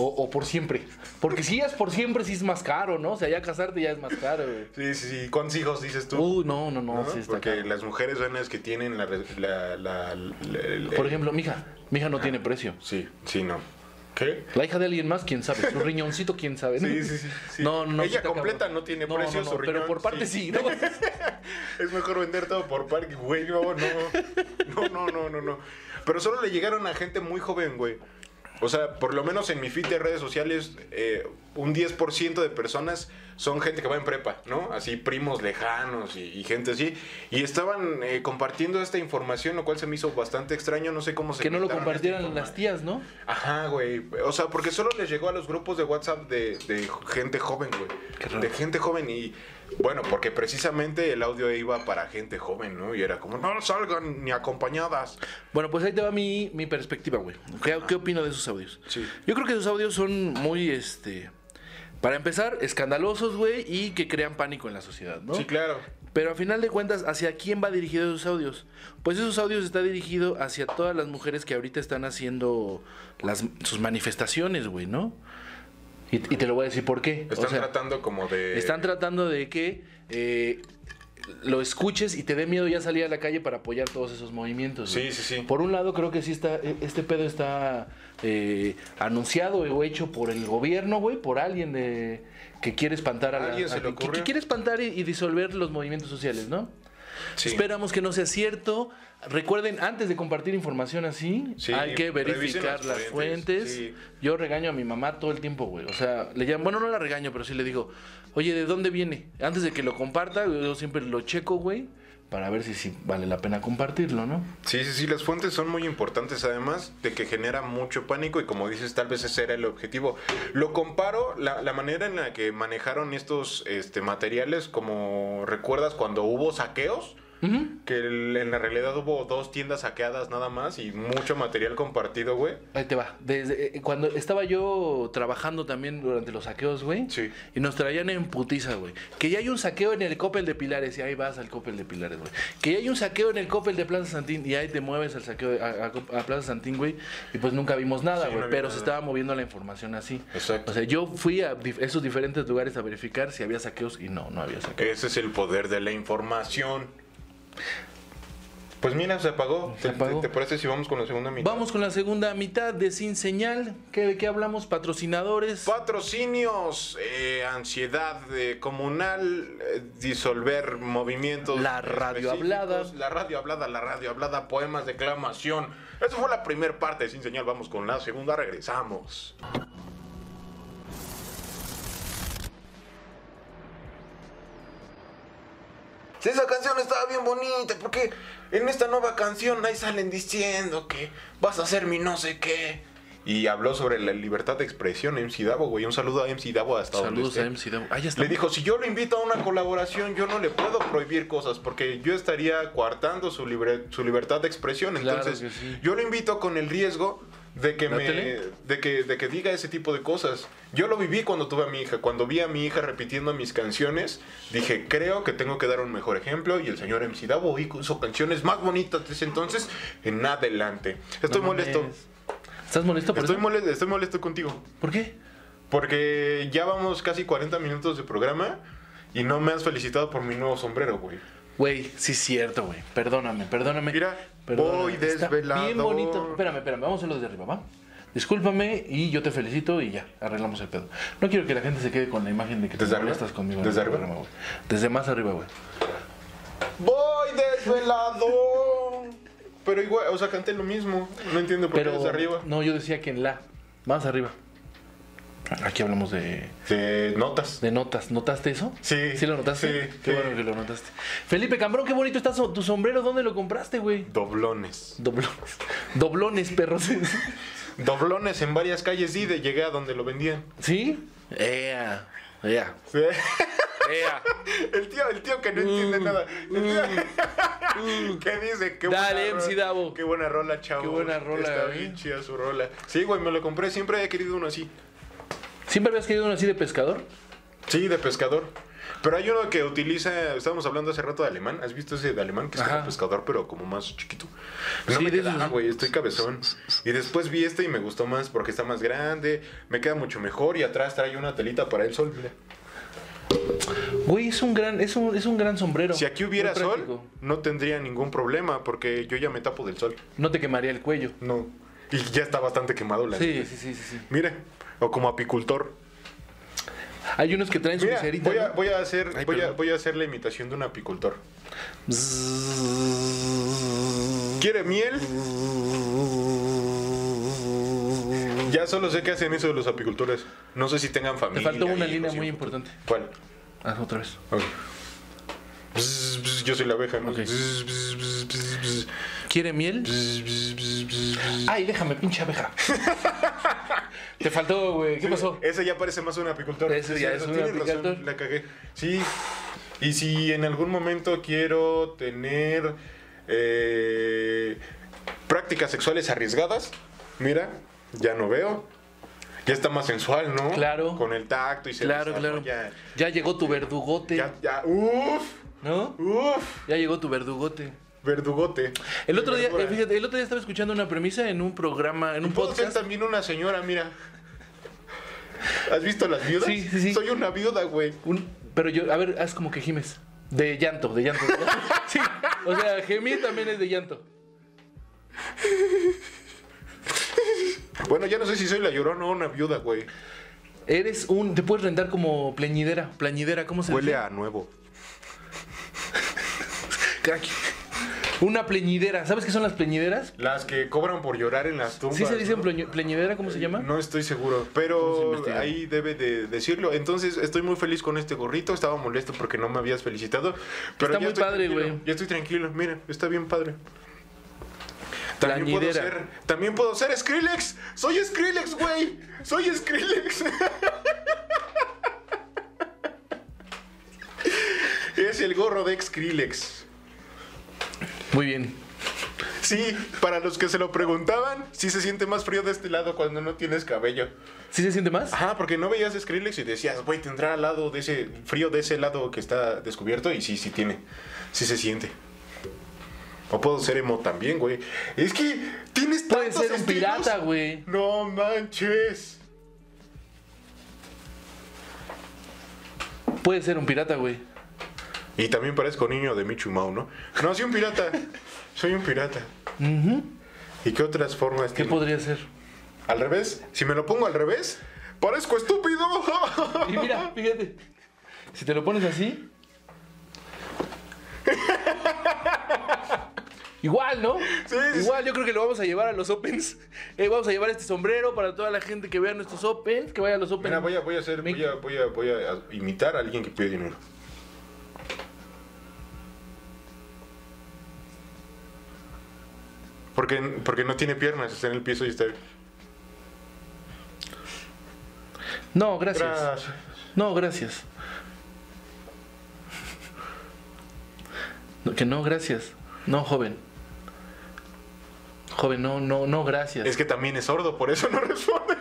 O, o por siempre. Porque si es por siempre, sí es más caro, ¿no? O sea, ya casarte ya es más caro,
Sí,
güey.
sí, sí. ¿Cuántos hijos dices tú?
Uy, no, no, no.
¿No?
Uh, sí está
Porque
caro.
las mujeres son las que tienen la... re- la- la- la- el-
Por ejemplo, mi hija. Mi hija no tiene precio.
Sí, sí, no. ¿Qué?
La hija de alguien más, quién sabe. Su riñoncito, quién sabe.
Sí, sí, sí, sí.
No, no, no, sí
Ella
está
completa
cabrón.
no tiene precio, su
Pero
riñón,
por parte
sí.
sí, ¿no?
Es mejor vender todo por parque, güey. No, no, no, no, no, no, no. Pero solo le llegaron a gente muy joven, güey. O sea, por lo menos en mi feed de redes sociales, eh, un 10% de personas son gente que va en prepa, ¿no? Así primos lejanos y, y gente así. Y estaban eh, compartiendo esta información, lo cual se me hizo bastante extraño. No sé cómo se... este
Que no lo
quitaron esta
compartieran las
informa-
tías, ¿no?
Ajá, güey. O sea, porque solo les llegó a los grupos de WhatsApp de, de gente joven,
Qué
güey.
raro.
De gente joven y... Bueno, porque precisamente el audio iba para gente joven, ¿no? Y era como, no salgan ni acompañadas.
Bueno, pues ahí te va mi, mi perspectiva, güey. ¿Qué, ¿Qué opino de esos audios?
Sí.
Yo creo que esos audios son muy, este... Para empezar, escandalosos, güey, y que crean pánico en la sociedad, ¿no?
Sí, claro.
Pero a final de cuentas, ¿hacia quién va dirigido esos audios? Pues esos audios está dirigido hacia todas las mujeres que ahorita están haciendo las, sus manifestaciones, güey, ¿no? Y, y te lo voy a decir por qué. O
Están
sea,
tratando como de...
están tratando de que eh, lo escuches y te dé miedo ya salir a la calle para apoyar todos esos movimientos.
Sí,
güey.
sí, sí.
Por un lado, creo que sí está. e- Este pedo está eh, anunciado o hecho por el gobierno, güey, por alguien de, que quiere espantar a la.
Alguien se
a-
le
que, que
ocurrió.
quiere espantar y, y disolver los movimientos sociales, ¿no?
Sí.
Esperamos que no sea cierto. Recuerden, antes de compartir información así,
Sí,
hay que
revisen
verificar
las
las fuentes.
fuentes, sí.
Yo regaño a mi mamá todo el tiempo, güey. O sea, le llamo, bueno, no la regaño, pero sí le digo, oye, ¿de dónde viene? Antes de que lo comparta, yo siempre lo checo, güey, para ver si, si vale la pena compartirlo, ¿no?
Sí, sí, sí, las fuentes son muy importantes además de que genera mucho pánico y como dices, tal vez ese era el objetivo. Lo comparo, la, la manera en la que manejaron estos este, materiales, como recuerdas cuando hubo saqueos, que el- en la realidad hubo dos tiendas saqueadas nada más y mucho material compartido, güey.
Ahí te va. Desde eh, cuando estaba yo trabajando también durante los saqueos, güey.
Sí.
Y nos traían en putiza, güey. Que ya hay un saqueo en el Coppel de Pilares y ahí vas al Coppel de Pilares, güey. Que ya hay un saqueo en el Coppel de Plaza Santín y ahí te mueves al saqueo de- a, a- a Plaza Santín, güey. Y pues nunca vimos
Sí,
nada, güey.
no había
pero se
nada.
estaba moviendo la información así.
Exacto.
O sea, yo fui a dif- esos diferentes lugares a verificar si había saqueos y no, no había saqueos.
Ese es el poder de la información. Pues mira, se apagó. ¿Te,
Se
te-
apagó.
te parece si vamos con la segunda mitad?
Vamos con la segunda mitad de Sin Señal. ¿Qué, ¿De qué hablamos? Patrocinadores.
Patrocinios, eh, ansiedad eh, comunal, eh, disolver movimientos.
La radio hablada.
específicos, La radio hablada, la radio hablada, poemas, declamación. Eso fue la primera parte, de sin señal. Vamos con la segunda, regresamos. Si esa canción estaba bien bonita, porque en esta nueva canción ahí salen diciendo que vas a ser mi no sé qué. Y habló sobre la libertad de expresión, MC Davo, güey. Un saludo a MC Davo hasta donde
Saludos
esté.
a MC Davo. Ah, ya está.
Le dijo, si yo lo invito a una colaboración, yo no le puedo prohibir cosas porque yo estaría coartando su, libre- su libertad de expresión.
Claro
Entonces,
que sí.
yo lo invito con el riesgo de que, me,
Dátele.
de, que, de que diga ese tipo de cosas. Yo lo viví cuando tuve a mi hija. Cuando vi a mi hija repitiendo mis canciones, dije, creo que tengo que dar un mejor ejemplo. Y el señor MC Davo hizo canciones más bonitas desde entonces en adelante. Estoy
No mames.
molesto.
¿Estás molesto por
Estoy
eso?
molesto, estoy molesto contigo.
¿Por qué?
Porque ya vamos casi 40 minutos de programa y no me has felicitado por mi nuevo sombrero, güey.
Güey, sí es cierto, güey. Perdóname, perdóname.
Mira,
Perdóname.
voy
Está
desvelado.
Bien bonito. Espérame, espérame, vamos a los de arriba, ¿va? Discúlpame y yo te felicito y ya, arreglamos el pedo. No quiero que la gente se quede con la imagen de que
¿Desde
te
arriba?
molestas conmigo. en
¿Desde
el
arriba?
programa, güey. Desde más arriba, güey.
Voy desvelado. Pero igual, o sea, canté lo mismo. No entiendo por
Pero.
qué desde arriba.
No, yo decía que en la. Más arriba. Aquí hablamos de,
De notas.
de notas. ¿Notaste eso?
Sí.
¿Sí lo notaste?
Sí,
Qué
sí.
bueno que lo notaste. Felipe Cambrón, qué bonito está so- tu sombrero. ¿Dónde lo compraste, güey?
Doblones.
Doblones. Doblones, perros.
Doblones en varias calles y de llegué a donde lo vendían.
¿Sí? Ea. Ea.
Sí.
Ea.
El tío, el tío que
Mm,
no entiende nada. El tío- ¿Qué dice? Qué
Dale,
buena
MC
rola.
Davo.
Qué buena rola, chavo.
Qué buena rola,
Está
eh.
bien chida su rola. Sí, güey, me lo compré. Siempre he querido uno así.
¿Siempre habías querido uno así de pescador?
Sí, de pescador. Pero hay uno que utiliza, estábamos hablando hace rato de alemán. ¿Has visto ese de alemán que es
Ajá.
como pescador, pero como más chiquito? No
Sí,
me
de
queda,
esos-
güey, estoy cabezón. Y después vi este y me gustó más porque está más grande, me queda mucho mejor y atrás trae una telita para el sol. mira.
Güey, es un gran, es un, es un gran sombrero.
Si aquí hubiera
Muy práctico.
sol, no tendría ningún problema porque yo ya me tapo del sol.
No te quemaría el cuello.
No. Y ya está bastante quemado la
Sí, sí, sí, sí, sí.
Mira, o como apicultor.
Hay unos que traen su
Mira,
cerita.
voy a, voy a hacer,
Ay,
voy, a,
perdón.
voy a hacer la imitación de un apicultor. ¿Quiere miel? Ya solo sé que hacen eso de los apicultores. No sé si tengan
Te
familia.
faltó una
hijos,
línea
y-
muy importante.
¿Cuál?
Haz otra vez.
Ok. Bzz, bzz, yo soy la abeja, ¿no?
Ok.
Bzz, bzz, bzz, bzz, bzz,
¿Quiere miel?
bzz, bzz, bzz, bzz, bzz.
Ay, déjame, pinche abeja. te faltó, güey. ¿Qué pasó?
Ese ya parece más un apicultor.
Ese
Sí,
ya
cierto,
es un
tienes razón,
apicultor.
la cagué. Sí. Y si en algún momento quiero tener eh, prácticas sexuales arriesgadas, mira, ya no veo. Ya está más sensual, ¿no?
Claro.
Con el tacto y se
Claro, claro.
desarrolla.
Ya, llegó tu verdugote,
Ya, ya, uff,
¿no?
uff,
Ya llegó tu verdugote.
verdugote.
El otro día,
Verdura.
eh, fíjate, el otro día estaba escuchando una premisa en un programa, en un
Puedo ser
podcast.
también una señora, mira. ¿Has visto las viudas?
Sí, sí, sí.
Soy una viuda, güey.
Un- pero yo, a ver, haz como que gimes. De llanto, de llanto. sí, o sea, gemir también es de llanto.
Bueno, ya no sé si soy la llorona o una viuda, güey.
Eres un. Te puedes rentar como pleñidera. Plañidera, ¿cómo se
Huele
dice?
a nuevo.
Crack. Una pleñidera. ¿Sabes qué son las pleñideras?
Las que cobran por llorar en las tumbas.
¿Sí se dicen
¿no?
pleñ- pleñidera? ¿Cómo se llama?
No estoy seguro,
Vamos a
pero
investigar.
ahí debe de decirlo. Entonces, estoy muy feliz con este gorrito. Estaba molesto porque no me habías felicitado. Pero ya
Está muy
estoy
padre,
tranquilo,
güey.
Ya estoy tranquilo. Mira, está bien padre. También puedo,
Plañidera.
ser, también puedo ser Skrillex. Soy Skrillex, güey. Soy Skrillex. es el gorro de Skrillex.
Muy bien.
Sí, para los que se lo preguntaban, sí se siente más frío de este lado cuando no tienes cabello.
¿Sí se siente más?
Ajá, porque no veías Skrillex y decías, güey, tendrá al lado de ese frío de ese lado que está descubierto y sí, sí tiene, sí se siente. O puedo ser emo también, güey. Es que tienes
Puede
tantos
ser un
estilos.
pirata, güey.
No manches.
Puede ser un pirata, güey.
Y también parezco niño de Michu Mau, ¿no? No, soy un pirata. soy un pirata. ¿Y qué otras formas
¿Qué
tiene?
podría ser?
¿Al revés? Si me lo pongo al revés, parezco estúpido.
Y mira, fíjate. Si te lo pones así. Igual, ¿no?
Sí, sí,
Igual, yo creo que lo vamos a llevar a los Opens. Eh, vamos a llevar este sombrero para toda la gente que vea nuestros Opens, que vaya a los Opens.
Mira, voy a, voy a hacer,
Me-
voy a, voy a, voy a imitar a alguien que pide dinero. Porque, porque no tiene piernas, está en el piso y está.
No, gracias.
Gracias.
No, gracias. No, que no, gracias. No, joven. Joven, no, no, no, gracias.
Es que también es sordo, por eso no responde.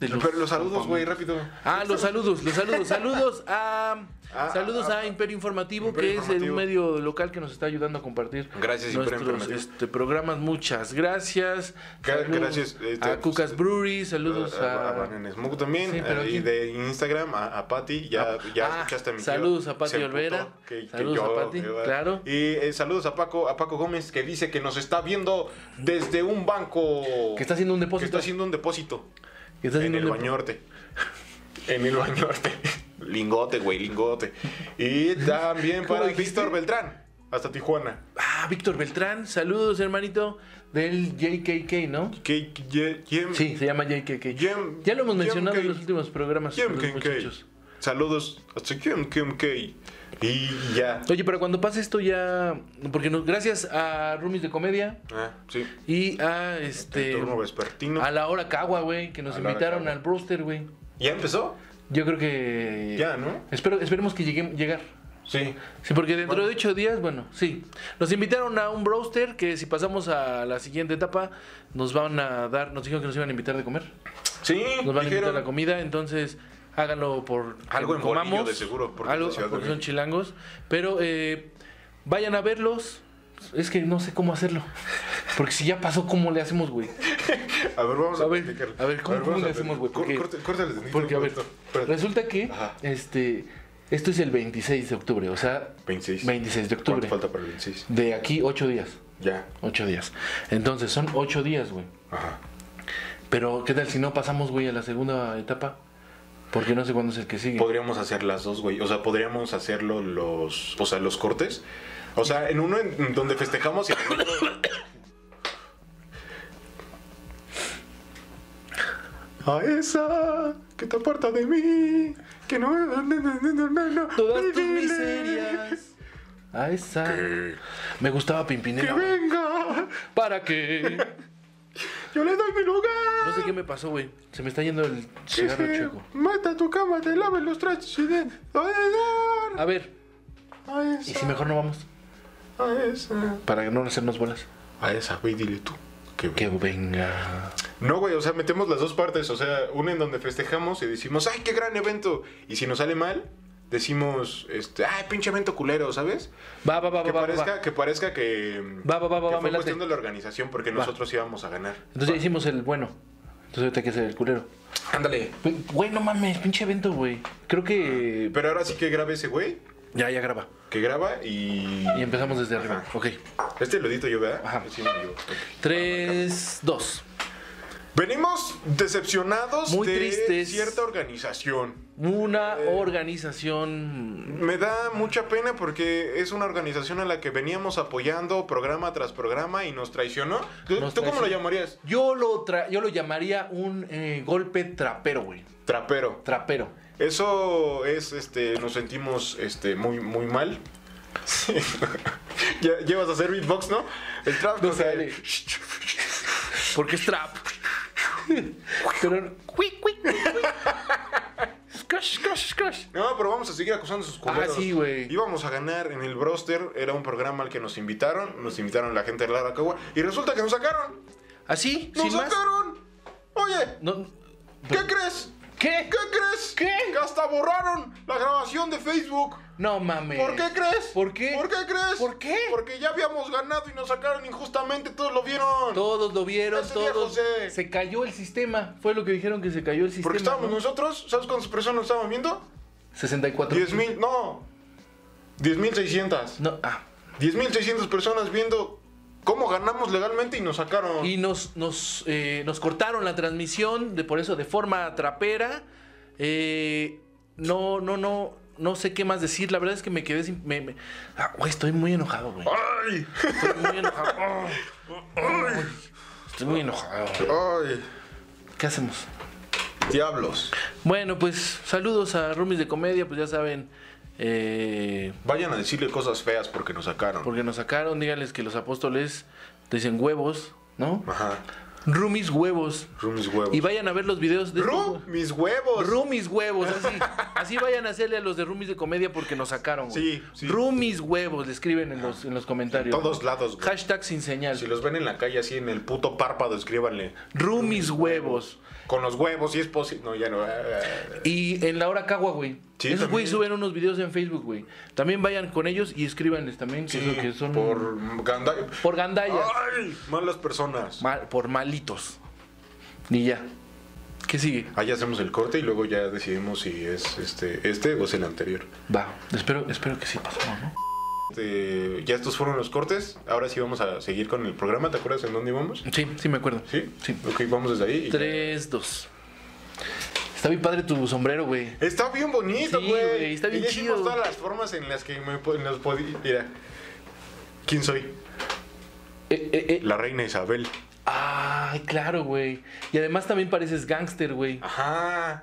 De luz.
Pero los saludos, güey, rápido.
Ah, los saludos, los saludos, saludos a
Ah,
saludos
ah,
a Imperio Informativo,
Imperio
que es
Informativo.
un medio local que nos está ayudando a compartir
Gracias, Imperio
nuestros
Informativo.
este, programas. Muchas gracias.
Gra-
Saludos
gracias, este,
a Cucas Brewery, saludos
a, a
a,
Banana Smoke también.
Sí, pero
eh, y
¿quién?
de Instagram a, a Patty. Ya, ya
Ah,
escuchaste a mi tío,
saludos a Patty
se
Olvera,
emputó que- que
saludos
yo-
a Patty,
que va-
claro.
Y eh, saludos a Paco, a Paco Gómez que dice que nos está viendo desde un banco.
que está haciendo un
que
depósito.
está haciendo un depósito.
que está
en
haciendo
el
un dep-
bañorte. En el bañorte. lingote, güey, lingote. Y también
¿Cómo
para
dijiste?
Víctor Beltrán. Hasta Tijuana.
Ah, Víctor Beltrán, saludos hermanito del JKK, ¿no?
¿Qué, qué- quién-
Sí, se llama JKK.
Yem-
ya lo hemos
Yem
mencionado
K.
en los últimos programas.
Kim
los
Kim K.
muchachos.
Saludos hasta Kim Kim K. Y ya.
Oye, pero cuando pase esto ya, porque nos, gracias a Rumis de Comedia,
Ah, sí.
Y a este.
El turno vespertino.
A la hora cagua, güey, que nos
A la hora
invitaron
cagua.
al Brewster, güey.
¿Ya empezó?
Yo creo que.
Ya, ¿no?
Espero, esperemos que llegue, llegar.
Sí.
Sí, porque dentro
Bueno.
de ocho días, bueno, sí. Nos invitaron a un broster que si pasamos a la siguiente etapa, nos van a dar, nos dijeron que nos iban a invitar de comer.
Sí,
Nos van a invitar
dijeron,
la comida, entonces háganlo por
Algo en
comamos,
bolillo, de seguro, porque
algo-
es de Ciudad de
porque son
México.
chilangos. Pero eh, vayan a verlos. Es que no sé cómo hacerlo. Porque si ya pasó, ¿cómo le hacemos, güey?
A ver, vamos a,
A ver,
platicar.
a ver, ¿cómo, cómo
vamos
le
a
hacemos, güey?
platicar.
Porque-
Córtale- córtale tantito,
Porque, a ver,
Roberto. Espérate.
resulta que
Ajá.
este, esto es el 26 de octubre, o sea,
26.
26 de octubre.
¿Cuánto falta para el 26?
De aquí, 8 días.
Ya.
8 días. Entonces, son 8 días, güey.
Ajá.
Pero, ¿qué tal si no pasamos, güey, a la segunda etapa? Porque no sé cuándo es el que sigue.
Podríamos hacer las dos, güey. O sea, podríamos hacerlo los. O sea, los cortes. O sea, en uno en donde festejamos y en el otro. A esa que te aparta de mí. Que no. no, no, no, no, no, no.
Todas tus miserias. A Ah, esa. Me gustaba
Que
Pimpinela. güey.
venga.
¿Para qué?
Yo le doy mi lugar.
No sé qué me pasó, güey. Se me está yendo el
Que
cigarro
se
chueco.
Mata tu cama, te laves los trastes y de.
A ver,
A
¿y
esa.
si mejor no vamos?
A esa.
Para no hacernos bolas.
A esa, güey, dile tú. Que
Que venga.
No, güey, o sea, metemos las dos partes. O sea, una en donde festejamos y decimos, ¡ay, qué gran evento! Y si nos sale mal, decimos, este, ¡ay, pinche evento culero! ¿Sabes?
Va, va, va,
Que
va, va,
parezca
va.
que parezca que,
Va, va, va, va,
que
va, me
fue
late.
cuestión de la organización porque nosotros íbamos a ganar.
Entonces ya hicimos el bueno. Entonces ahorita hay que hacer el culero.
Ándale.
Güey, Güey, no mames, pinche evento, güey. Creo que.
Pero ahora sí que grabe ese güey,
Ya, ya graba.
que graba y...
Y empezamos desde arriba.
Ajá.
Ok.
Este lo edito yo, ¿verdad?
Ajá.
Sí, lo digo. Ok.
3, 2.
Venimos decepcionados
Muy
de
tristes.
cierta organización.
Una organización.
Me da mucha pena porque es una organización a la que veníamos apoyando programa tras programa y nos traicionó. ¿Tú,
Nos
tú cómo lo
traicionó.
llamarías?
Yo lo, tra- yo lo llamaría un eh, golpe trapero, güey.
Trapero.
Trapero.
Eso es, este, nos sentimos, este, muy, muy mal. Sí. ya, ya vas a hacer beatbox, ¿no? El trap,
No
o sea,
sale. Porque es trap. Pero. Scash, scash, scash.
No, pero vamos a seguir acusando a sus culeros.
Ah, sí, güey.
Íbamos a ganar en el Broster, era un programa al que nos invitaron, nos invitaron la gente de la Aracagua y resulta que nos sacaron.
Así,
¡Nos
sin más.
sacaron! Oye,
No-
¿qué crees?
¿Qué?
¿Qué crees?
¿Qué?
Que hasta borraron la grabación de Facebook.
No mames.
¿Por qué crees?
Eh, ¿Por qué?
¿Por qué crees?
¿Por qué?
Porque ya habíamos ganado y nos sacaron injustamente, todos lo vieron.
Todos lo vieron,
Ese día,
todos.
José.
Se cayó el sistema. Fue lo que dijeron que se cayó el sistema.
Porque estábamos
¿no?
nosotros, ¿sabes cuántas personas estaban viendo?
64.
10.000, no. 10.600.
No, ah.
10.600 personas viendo cómo ganamos legalmente y nos sacaron.
Y nos, nos, eh, nos cortaron la transmisión, de, por eso, de forma trapera. Eh, no, no, no, no sé qué más decir. La verdad es que me quedé sin. me- me- ah, güey, estoy muy enojado, güey.
¡Ay!
Estoy muy enojado. Ah, ah, Estoy muy enojado.
¡Ay!
¿Qué hacemos?
Diablos.
Bueno, pues saludos a Rumis de Comedia, pues ya saben. Eh,
Vayan a decirle cosas feas porque nos sacaron.
porque nos sacaron, díganles que los apóstoles dicen huevos, ¿no?
Ajá.
Rumis huevos.
Rumis huevos.
Y vayan a ver los videos de.
¡Ru! ¡Mis huevos!
Rumis huevos, así. Así vayan a hacerle a los de Rumis de comedia porque nos sacaron. güey.
Sí, sí.
Rumis huevos, le escriben en los, en los comentarios.
Todos lados, güey.
Hashtag sin señal.
Si los ven en la calle así en el puto párpado, escríbanle.
Rumis huevos.
Con los huevos, si es posible. No, ya no. eh,
Y en la hora cagua, güey.
Sí,
Esos güey
también.
suben unos videos en Facebook, güey. También vayan con ellos y escríbanles también que, es lo que son.
Por gandalla.
por gandallas.
¡Ay! Malas personas.
Mal- por malitos. Y ya. ¿Qué sigue?
Ahí hacemos el corte y luego ya decidimos si es este, este o es el anterior.
Va. Espero, espero que sí pasamos, ¿no?
Este, ya estos fueron los cortes. Ahora sí vamos a seguir con el programa. ¿Te acuerdas en dónde íbamos?
Sí, sí me acuerdo.
Sí.
Sí.
Ok, vamos desde ahí. y-
3, 2. Está bien padre tu sombrero, güey.
Está bien bonito,
Sí,
güey.
güey, está bien
Y ya hicimos
chido.
todas las formas en las que me po- nos podía. Mira. ¿Quién soy?
Eh, eh, eh.
La reina Isabel.
Ay, claro, güey. Y además también pareces gángster, güey.
Ajá.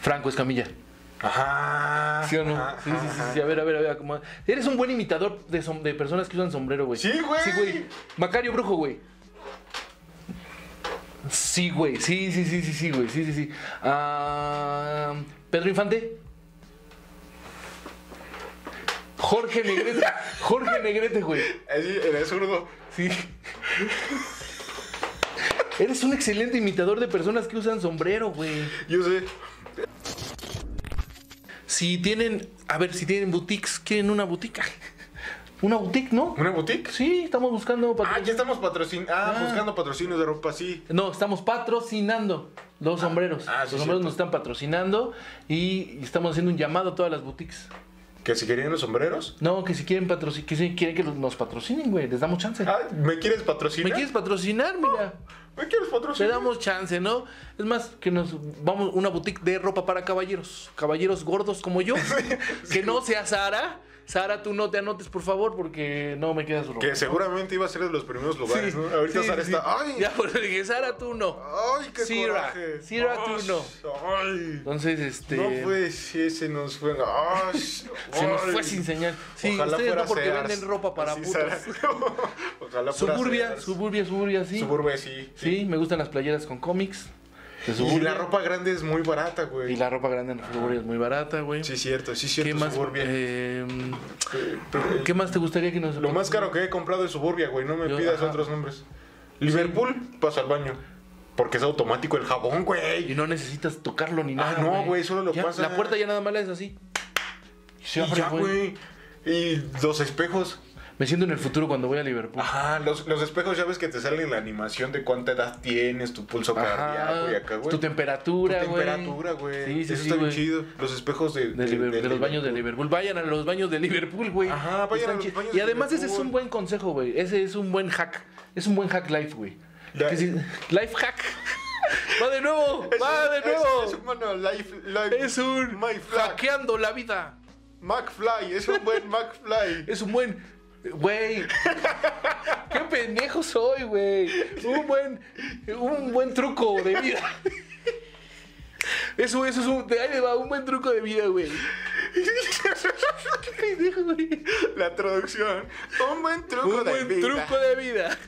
Franco Escamilla.
Ajá.
¿Sí o no?
ajá,
Sí, sí, sí,
ajá.
sí. A ver, a ver, a ver. acomoda. Eres un buen imitador de, som- de personas que usan sombrero, güey.
Sí, güey.
Sí, güey. Macario Brujo, güey. Sí, güey. Sí, sí, sí, sí, sí, güey. Sí, sí, sí. Ah, Pedro Infante. Jorge Negrete. Jorge Negrete, güey.
Así, era zurdo.
Sí. Eres un excelente imitador de personas que usan sombrero, güey.
Yo sé.
Si tienen, a ver, si tienen boutiques, ¿quieren una boutique? Una boutique, ¿no?
¿Una boutique?
Sí, estamos buscando
Ah, ya
patrocinio.
estamos patrocin ah,
Ah.
buscando patrocinios de ropa, sí.
No, estamos patrocinando los sombreros.
ah, sí,
los
cierto.
sombreros nos están patrocinando y estamos haciendo un llamado a todas las boutiques.
¿Que si querían los sombreros?
No, que si quieren patrocin que si quieren que los- nos patrocinen, güey, les damos chance.
Ah, ¿me quieres patrocinar?
¿Me quieres patrocinar? Mira,
¿Me quieres
le
patrocinar?
damos chance, ¿no? Es más, que nos vamos una boutique de ropa para caballeros. Caballeros gordos como yo. Que no sea Sara. Sara, tú no te anotes, por favor, porque no me queda su ropa.
Que seguramente iba a ser de los primeros lugares,
Sí,
¿no? Ahorita
sí,
Sara
sí.
está... ¡Ay!
Ya por eso dije, Sara, tú no.
¡Ay, qué
Sira,
coraje!
Sira, tú
¡Ay!
no.
¡Ay!
Entonces, este.
No fue, sí, se nos fue. ¡Ay!
Se nos
¡Ay!
fue sin señal. Sí,
Ojalá
ustedes
fuera
no porque
Sears.
venden ropa para
Sí,
putos.
Sara. Ojalá fuera
Suburbia,
Sears.
suburbia, suburbia, sí.
Suburbia, sí.
Sí, me gustan las playeras con cómics. de
Y
Suburbia.
la ropa grande es muy barata, güey.
Y la ropa grande en Suburbia es muy barata, güey.
Sí, cierto, sí,
¿Qué
cierto,
más?
Suburbia.
eh,
Pero-
¿Qué más te gustaría que nos
Lo más caro que he comprado es Suburbia, güey. No me
Yo-
pidas
ajá.
otros nombres. Liverpool, paso al baño. Porque es automático el jabón,
Y
güey.
no necesitas tocarlo ni
Ah,
nada.
no, güey, solo lo
Ya,
pasa.
La puerta ya nada más es así. Y se
Y
abre,
ya, güey. Y los espejos.
Me siento en el futuro cuando voy a Liverpool.
Ajá, los, los espejos ya ves que te salen la animación de cuánta edad tienes, tu pulso cardíaco y acá, güey.
Tu temperatura,
Tu
güey.
temperatura, güey.
Sí, sí,
Eso
sí,
está bien
güey.
chido. Los espejos de,
De, Liber- de los baños de Liverpool. Vayan a los baños de Liverpool, güey.
Ajá, vayan a los
chi-
baños
Y
de
además ese es
Liverpool.
un buen consejo, güey. Ese es un buen hack. Es un buen hack life, güey.
Ya- eh.
Que si- Life hack. Va de nuevo,
Es-
va de
es-
nuevo.
Es, un bueno, life, life-
Es un
My flag.
hackeando la vida.
McFly, es un buen McFly.
Es un buen. Güey. Qué pendejo soy, güey. Un buen. Un buen truco de vida. Eso, eso es un. Ahí le va, un buen truco de vida, güey. Qué pendejo, güey.
La traducción. Un buen truco
Un
de
buen
vida.
truco de vida.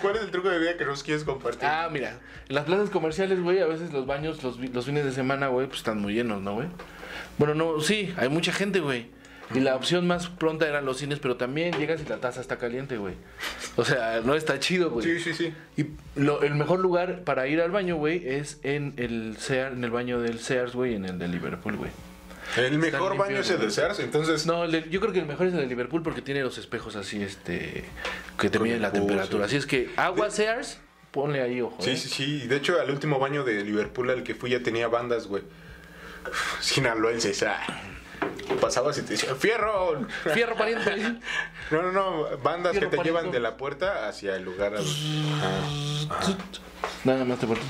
¿Cuál es el truco de vida que nos quieres compartir?
Ah, mira. En las plazas comerciales, güey, a veces los baños los, vi- los fines de semana, güey, pues están muy llenos, ¿no, güey? Bueno, no, sí, hay mucha gente, güey. Y la opción más pronta eran los cines, pero también llegas y la taza está caliente, güey. O sea, no está chido, güey.
sí, sí, sí.
Y lo- el mejor lugar para ir al baño, güey, es en el Sears, en el baño del Sears, güey, en el de Liverpool, güey.
El mejor
limpio,
baño es el de
güey.
Sears, entonces.
No, el de- yo creo que el mejor es el de Liverpool porque tiene los espejos así, este, que te
Con
miden
el
la
pulso.
temperatura. Así es que agua Sears, ponle ahí ojo.
Sí,
¿eh?
sí, sí. Y De hecho, al último baño de Liverpool al que fui ya tenía bandas, güey. Sinaloenses, ah. Pasabas y te decían, ¡Fierro!
Fierro pariente.
No, no, no. Bandas
Fierro,
que te llevan
parico.
de la puerta hacia el lugar. al-
Nada más te portas.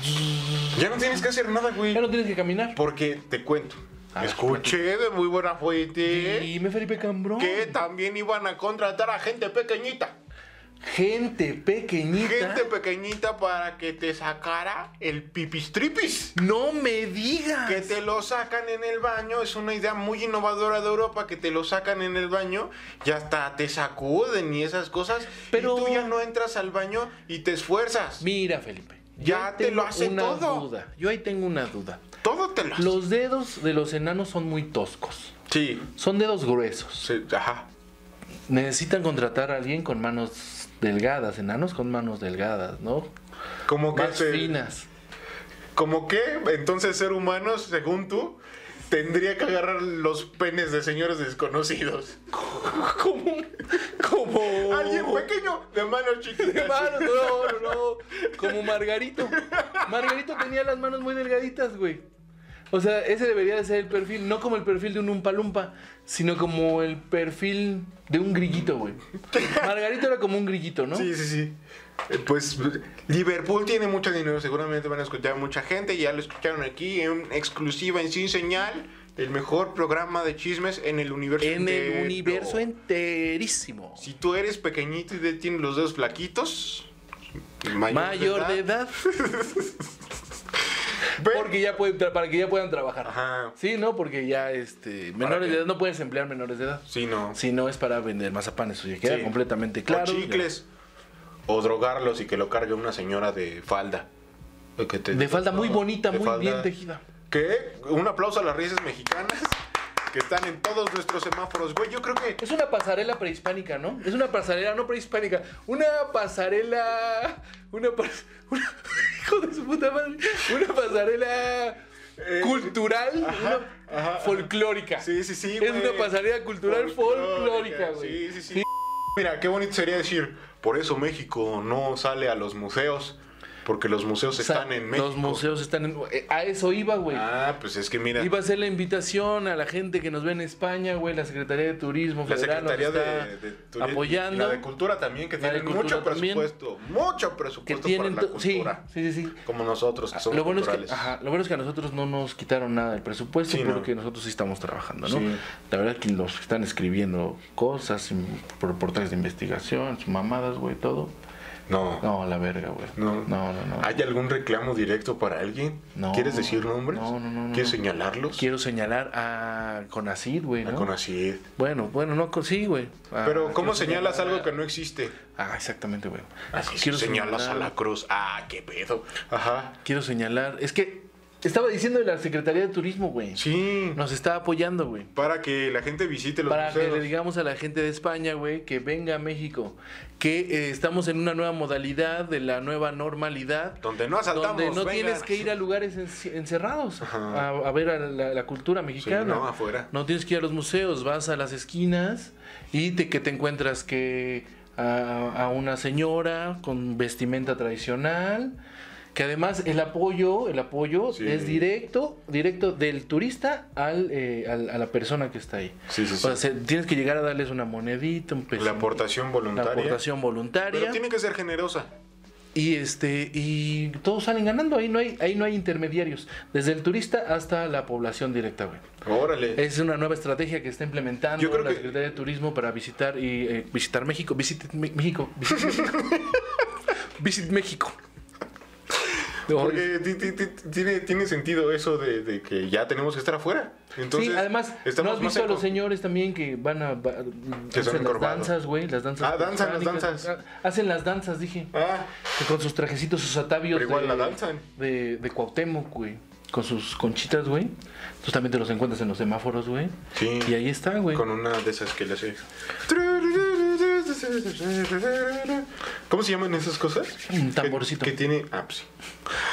Ya no tienes que hacer nada, güey.
Ya no tienes que caminar.
Porque te cuento.
A ver,
Escuché de muy buena fuente
Dime, Felipe Cambrón.
que también iban a contratar a gente pequeñita.
Gente pequeñita.
Gente pequeñita para que te sacara el pipistripis.
No me digas.
Que te lo sacan en el baño, es una idea muy innovadora de Europa, que te lo sacan en el baño y hasta te sacuden y esas cosas.
Pero-
Y tú ya no entras al baño y te esfuerzas.
Mira, Felipe.
Ya
yo
te lo
tengo
hace
una
todo.
Duda. Yo ahí tengo una duda.
Todo te lo haces.
Los dedos de los enanos son muy toscos.
Sí,
Son dedos gruesos.
sí, ajá.
Necesitan contratar a alguien con manos delgadas, enanos con manos delgadas, ¿no?
Como que,
Más
se-
finas.
como que entonces ser humanos, según tú, tendría que agarrar los penes de señores desconocidos.
Como. Como.
Alguien pequeño de manos chiquitas.
Manos, no, no, no. Como Margarito. Margarito tenía las manos muy delgaditas, güey. O sea, ese debería de ser el perfil, no como el perfil de un umpalumpa, sino como el perfil de un grillito, güey. Margarito era como un grillito, ¿no?
Sí, sí, sí. Eh, Pues Liverpool tiene mucho dinero, seguramente van a escuchar mucha gente, ya lo escucharon aquí en exclusiva en Sin Señal, el mejor programa de chismes en el universo
En
entero.
el universo enterísimo.
Si tú eres pequeñito y de- tienes los dedos flaquitos, mayor,
Mayor de edad,
ve-
porque ya pueden tra- para que ya puedan trabajar.
Ajá.
Sí, no, porque ya este menores
qué?
de edad no puedes emplear menores de edad.
Sí, no.
Si no es para vender mazapanes, oye, queda
Sí.
completamente claro.
O chicles. O drogarlos y que lo cargue una señora de falda. O que te-
De falda muy bonita,
de
muy
falda.
bien tejida.
¿Qué? Un aplauso a las risas mexicanas que están en todos nuestros semáforos. Güey, yo creo que
Es una pasarela prehispánica, ¿no? Es una pasarela no prehispánica. Una pasarela. Una. pas- una- hijo de su puta madre. Una pasarela. cultural.
Eh, ajá.
una-
Ajá.
folclórica.
Sí, sí, sí,
Es
güey.
una pasarela cultural folclórica, güey.
Sí, sí, sí. Mira, qué bonito sería decir, por eso México no sale a los museos, porque los museos
O sea,
están en México.
Los museos están en. eh, A eso iba, güey.
Ah, pues es que mira,
Iba a ser la invitación a la gente que nos ve en España, güey, la Secretaría de Turismo
la
Federal nos
Secretaría
está
de, de Turismo-
apoyando.
La de Cultura también, que
La de
tiene
Cultura
mucho
también.
presupuesto, mucho
que
presupuesto
tienen
para la
to- sí,
cultura.
sí, sí, sí.
Como nosotros, que somos
Lo bueno, es que,
culturales.
ajá, lo bueno es que a nosotros no nos quitaron nada del presupuesto
Sí, no.
porque nosotros sí estamos trabajando, ¿no?
Sí.
La verdad que nos están escribiendo cosas, mm, reportajes de investigación, mamadas, güey, todo.
No.
No, la verga, güey.
No.
no, no. no.
¿Hay algún reclamo directo para alguien?
No.
¿Quieres decir nombres?
No, no, no, no,
¿Quieres
no.
señalarlos? Ah,
Quiero señalar a Conacid, güey,
A
¿no?
Conacid.
Bueno, bueno, no, con- sí, güey.
Pero,
A- quiero
¿cómo señalas
señalar
algo
a-
que no existe?
Ah, exactamente, güey.
Así
Quiero
señalas
señalar-
a la cruz. Ah, qué pedo. Ajá.
Quiero señalar, es que estaba diciendo de la Secretaría de Turismo, güey.
Sí.
Nos está apoyando, güey.
Para que la gente visite los
Para que
museos.
le digamos a la gente de España, güey, que venga a México, que eh, estamos en una nueva modalidad de la nueva normalidad.
Donde no asaltamos.
donde no
vengan.
tienes que ir a lugares enci- encerrados
Ajá.
a, a ver a la, la cultura mexicana.
no, afuera.
No tienes que ir a los museos, vas a las esquinas y te, que te encuentras que a, a una señora con vestimenta tradicional. Que además el apoyo, el apoyo
Sí.
es directo, directo del turista al, eh, al- a la persona que está ahí.
Sí, sí,
O sea,
sí.
se- tienes que llegar a darles una monedita, un peso.
La aportación voluntaria.
pues aportación voluntaria.
Pero tiene que ser generosa.
Y este y todos salen ganando, ahí no hay ahí no hay intermediarios, desde el turista hasta la población directa, güey.
Órale.
Es una nueva estrategia que está implementando
Yo creo
la
que-
Secretaría de Turismo para visitar y eh, visitar México, visit Me- México, visit México. Visit México. No,
Porque ti- ti- ti- tiene, tiene sentido eso de, de que ya tenemos que estar afuera. Entonces,
sí, además, ¿no
estamos
has
más
visto a
en
los
co-
señores también que van a... va-
son
hacen las
encorvados.
danzas, güey, las danzas.
Ah, danzan las
prehispánicas.
danzas.
Hacen las danzas, dije.
Ah,
Que con sus trajecitos, sus atavios.
Pero igual la danzan.
De, de Cuauhtémoc, güey. Con sus conchitas, güey. Tú también te los encuentras en los semáforos, güey.
Sí.
Y ahí está, güey.
con una de esas que le hace. ¿Cómo se llaman esas cosas?
Un tamborcito.
Que, que tiene. Ah, pues sí.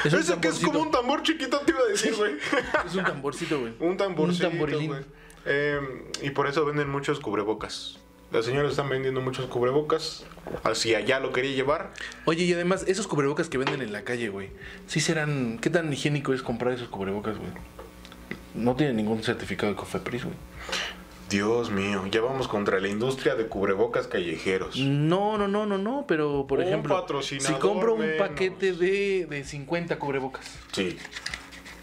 Es un
Ese que es
tamborcito.
como un tambor chiquito, te iba a decir, güey.
Es un tamborcito, güey.
un tamborcito.
Un tamborilín.
güey. Eh, y por eso venden muchos cubrebocas. Las señoras están vendiendo muchos cubrebocas. Hacia allá lo quería llevar.
Oye, y además, esos cubrebocas que venden en la calle, güey. Sí serán... ¿Qué tan higiénico es comprar esos cubrebocas, güey? No tienen ningún certificado de Cofepris, güey.
Dios mío, ya vamos contra la industria de cubrebocas callejeros.
Mm. No, no, no, no, no. Pero, por
Un
ejemplo... Si
patrocinador
compro un
menos.
paquete de, de 50 cubrebocas...
Sí.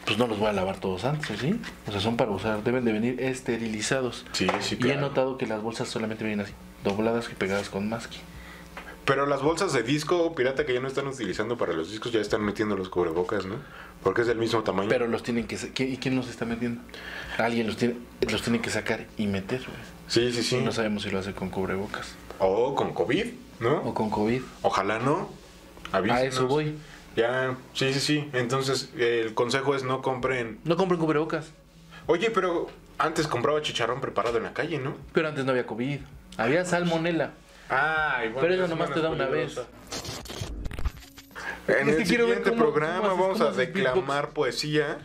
pues no los voy a lavar todos antes, ¿o ¿sí? O sea, son para usar, deben de venir esterilizados.
Sí, sí,
Y he
claro.
notado que las bolsas solamente vienen así, dobladas y pegadas con masking.
Pero las bolsas de disco pirata que ya no están utilizando para los discos ya están metiendo los cubrebocas, ¿no? Porque es del mismo tamaño.
Pero los tienen que... sa- ¿Qui- ¿Y quién los está metiendo? Alguien los tiene, los tiene que sacar y meter, güey.
sí, sí, sí.
No sabemos si lo hace con cubrebocas
O con COVID,
o
¿no?
con COVID.
Ojalá no. Avísenos.
A eso voy.
Ya, sí, sí, sí. Entonces, eh, el consejo es no compren.
No compren cubrebocas,
Oye, pero antes compraba chicharrón preparado en la calle, ¿no?
pero antes no había COVID. Había salmonela.
Ay, bueno.
Pero eso
es
nomás
una
te da una
curiosa.
Es
En
que
el
quiero ver
siguiente
cómo- cómo
programa
haces-
vamos
cómo
a
haces beatbox.
declamar poesía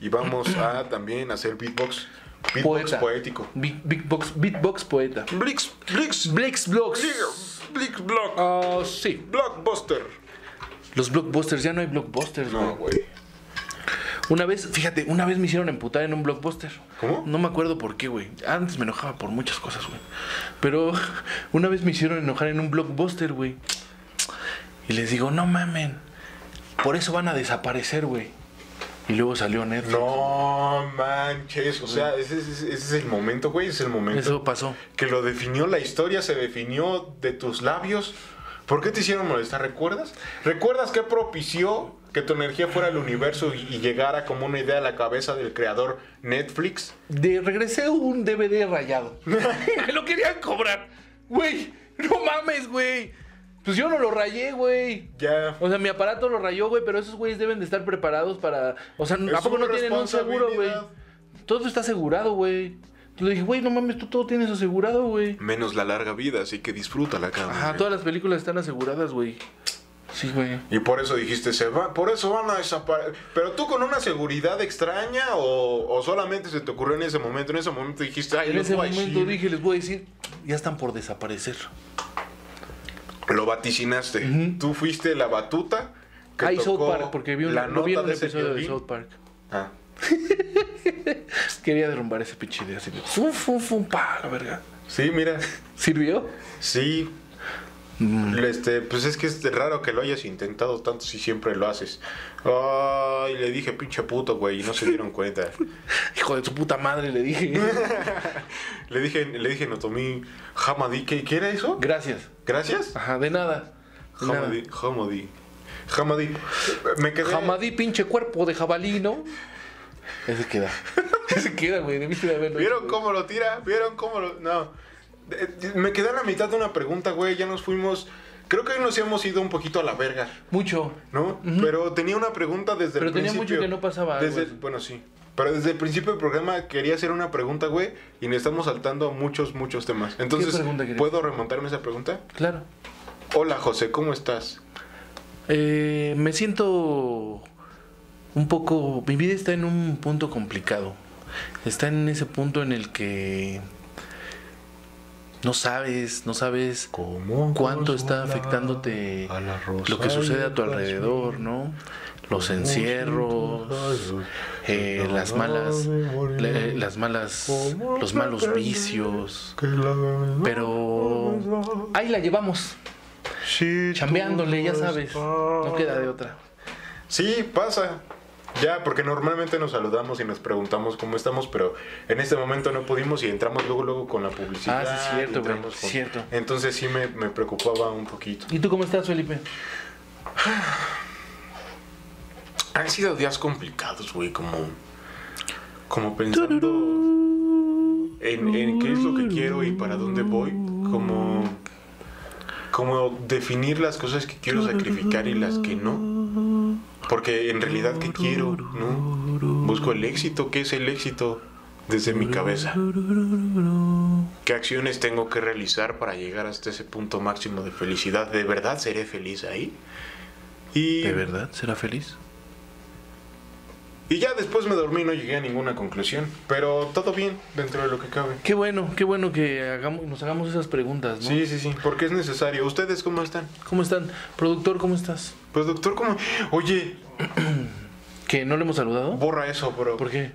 y vamos a también hacer beatbox. Beatbox
Poeta.
poético.
Big, big box, beatbox poeta.
Blix, Blix,
Blix Blocks.
Blix, Blix Block,
Ah, sí.
Blockbuster.
Los blockbusters, ya no hay blockbusters, güey.
No, güey.
Una vez, fíjate, una vez me hicieron emputar en un blockbuster.
¿Cómo?
No me acuerdo por qué, güey. Antes me enojaba por muchas cosas, güey. Pero una vez me hicieron enojar en un blockbuster, güey. Y les digo, no mamen. Por eso van a desaparecer, güey. Y luego salió Netflix.
No manches, o sea, ese, es- ese es el momento, güey, es el momento
Eso pasó.
que lo definió la historia, se definió de tus labios. ¿Por qué te hicieron molestar? ¿Recuerdas? ¿Recuerdas qué propició que tu energía fuera al universo y, y llegara como una idea a la cabeza del creador Netflix?
De regresé un DVD rayado. Me lo querían cobrar. Güey, no mames, güey. Pues yo no lo rayé, güey.
Ya.
O sea, mi aparato lo rayó, güey, pero esos güeyes deben de estar preparados para. O sea, ¿a
Es
poco
su
no tienen un seguro, güey?
responsabilidad.
Todo está asegurado, güey. Yo le dije, güey, no mames, tú todo tienes asegurado, güey.
Menos la larga vida, así que disfrútala, cabrón.
Ajá, todas las películas están aseguradas, güey. Sí, güey.
Y por eso dijiste, se va, por eso van a desaparecer. Pero tú con una seguridad extraña o, o solamente se te ocurrió en ese momento, en ese momento dijiste, ay,
En
les
ese
voy a
momento
decir".
dije, les voy a decir, ya están por desaparecer.
Lo vaticinaste.
Ujú.
Tú fuiste la batuta que
Hay South
tocó
Park, porque vi un,
la
no
nota
vieron un
de ese
episodio de
violín.
South Park.
Ah,
Quería derrumbar ese pinche idea así de fum, fum, fum, pa, la verga.
sí, mira,
¿Sirvió?
sí.
Mm.
Este, pues es que es raro que lo hayas intentado tanto si siempre lo haces. Ay, le dije pinche puto, güey, y no se dieron cuenta.
Hijo de su puta madre, le dije.
le dije, le dije, Notomí, Hamadi, ¿qué, ¿qué era eso?
Gracias.
Gracias.
Ajá, de nada. De nada.
Hamadi, Hamadi. Hamadi. Me quedé.
Jamadí, pinche cuerpo de jabalí, ¿no? Ese queda. Ese queda, güey. Debiste de haberlo.
¿Vieron
hecho,
cómo lo tira? ¿Vieron cómo lo.? No. Eh, Me quedé a la mitad de una pregunta, güey. Ya nos fuimos. Creo que hoy nos hemos ido un poquito a la verga,
güey. Mucho.
¿no? Pero tenía una pregunta desde
Pero
el
tenía
principio.
mucho que no pasaba algo
Desde el-
así.
bueno, sí. Pero desde el principio del programa quería hacer una pregunta, güey. Y le estamos saltando a muchos, muchos temas. Entonces,
pregunta querías?
¿puedo remontarme esa pregunta?
Claro.
Hola, José, ¿cómo estás?
Eh, me siento un poco... Mi vida está en un punto complicado. Está en ese punto en el que no sabes, no sabes cuánto está afectándote lo que sucede a tu alrededor, ¿no? Los encierros, eh, las malas, la- las malas, los malos vicios. Pero ahí la llevamos, chambeándole, ya sabes. No queda de otra.
Sí, pasa. Ya, porque normalmente nos saludamos y nos preguntamos cómo estamos, pero en este momento no pudimos y entramos luego luego con la publicidad.
Ah, sí, es cierto, güey,
entramos con-
cierto.
Entonces sí me, me preocupaba un poquito.
¿Y tú cómo estás, Felipe?
Han sido días complicados, güey, como, como pensando en, en qué es lo que quiero y para dónde voy, como, como definir las cosas que quiero sacrificar y las que no. Porque en realidad, ¿qué quiero? ¿No? Busco el éxito, ¿qué es el éxito? Desde mi cabeza. ¿Qué acciones tengo que realizar para llegar hasta ese punto máximo de felicidad? ¿De verdad seré feliz ahí? Y
¿De verdad será feliz?
y ya después me dormí, no llegué a ninguna conclusión. Pero todo bien dentro de lo que cabe.
Qué bueno, qué bueno que hagamos, nos hagamos esas preguntas, ¿no?
Sí, sí, sí, porque es necesario. ¿Ustedes cómo están?
¿Cómo están? Productor, ¿cómo estás?
Pues doctor, ¿cómo? Oye,
¿Que no le hemos saludado?
borra eso, bro.
¿Por qué?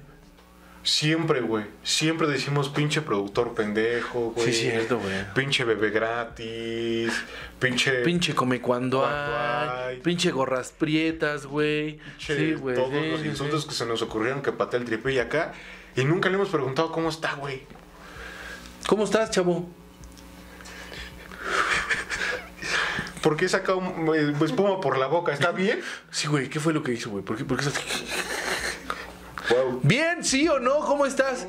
Siempre, güey. Siempre decimos pinche productor pendejo, güey.
Sí, cierto, güey.
Pinche bebé gratis. Pinche...
Pinche come cuando
Cuando
hay,
hay.
pinche gorras prietas, güey.
pinche
Sí, güey.
todos
sí,
los
sí,
insultos
sí.
que se nos ocurrieron que patea el tripe y acá. Y nunca le hemos preguntado cómo está, güey.
¿Cómo estás, chavo?
¿Por qué saca un- eh, espuma por la boca? ¿Está bien?
Sí, güey, ¿qué fue lo que hizo, güey? ¿Por qué, por qué estás...
Wow.
Bien, sí o no, ¿cómo estás?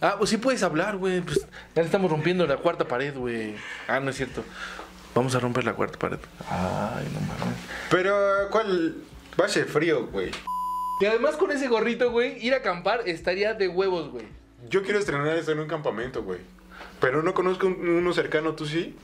Ah, pues sí puedes hablar, güey. Pues, ya le estamos rompiendo la cuarta pared, güey. Ah, no es cierto. Vamos a romper la cuarta pared. Ay, no mames.
Pero, ¿cuál? Va a ser frío, güey.
Y además con ese gorrito, güey, ir a acampar estaría de huevos, güey.
Yo quiero estrenar esto en un campamento, güey. Pero no conozco un- uno cercano, ¿tú sí?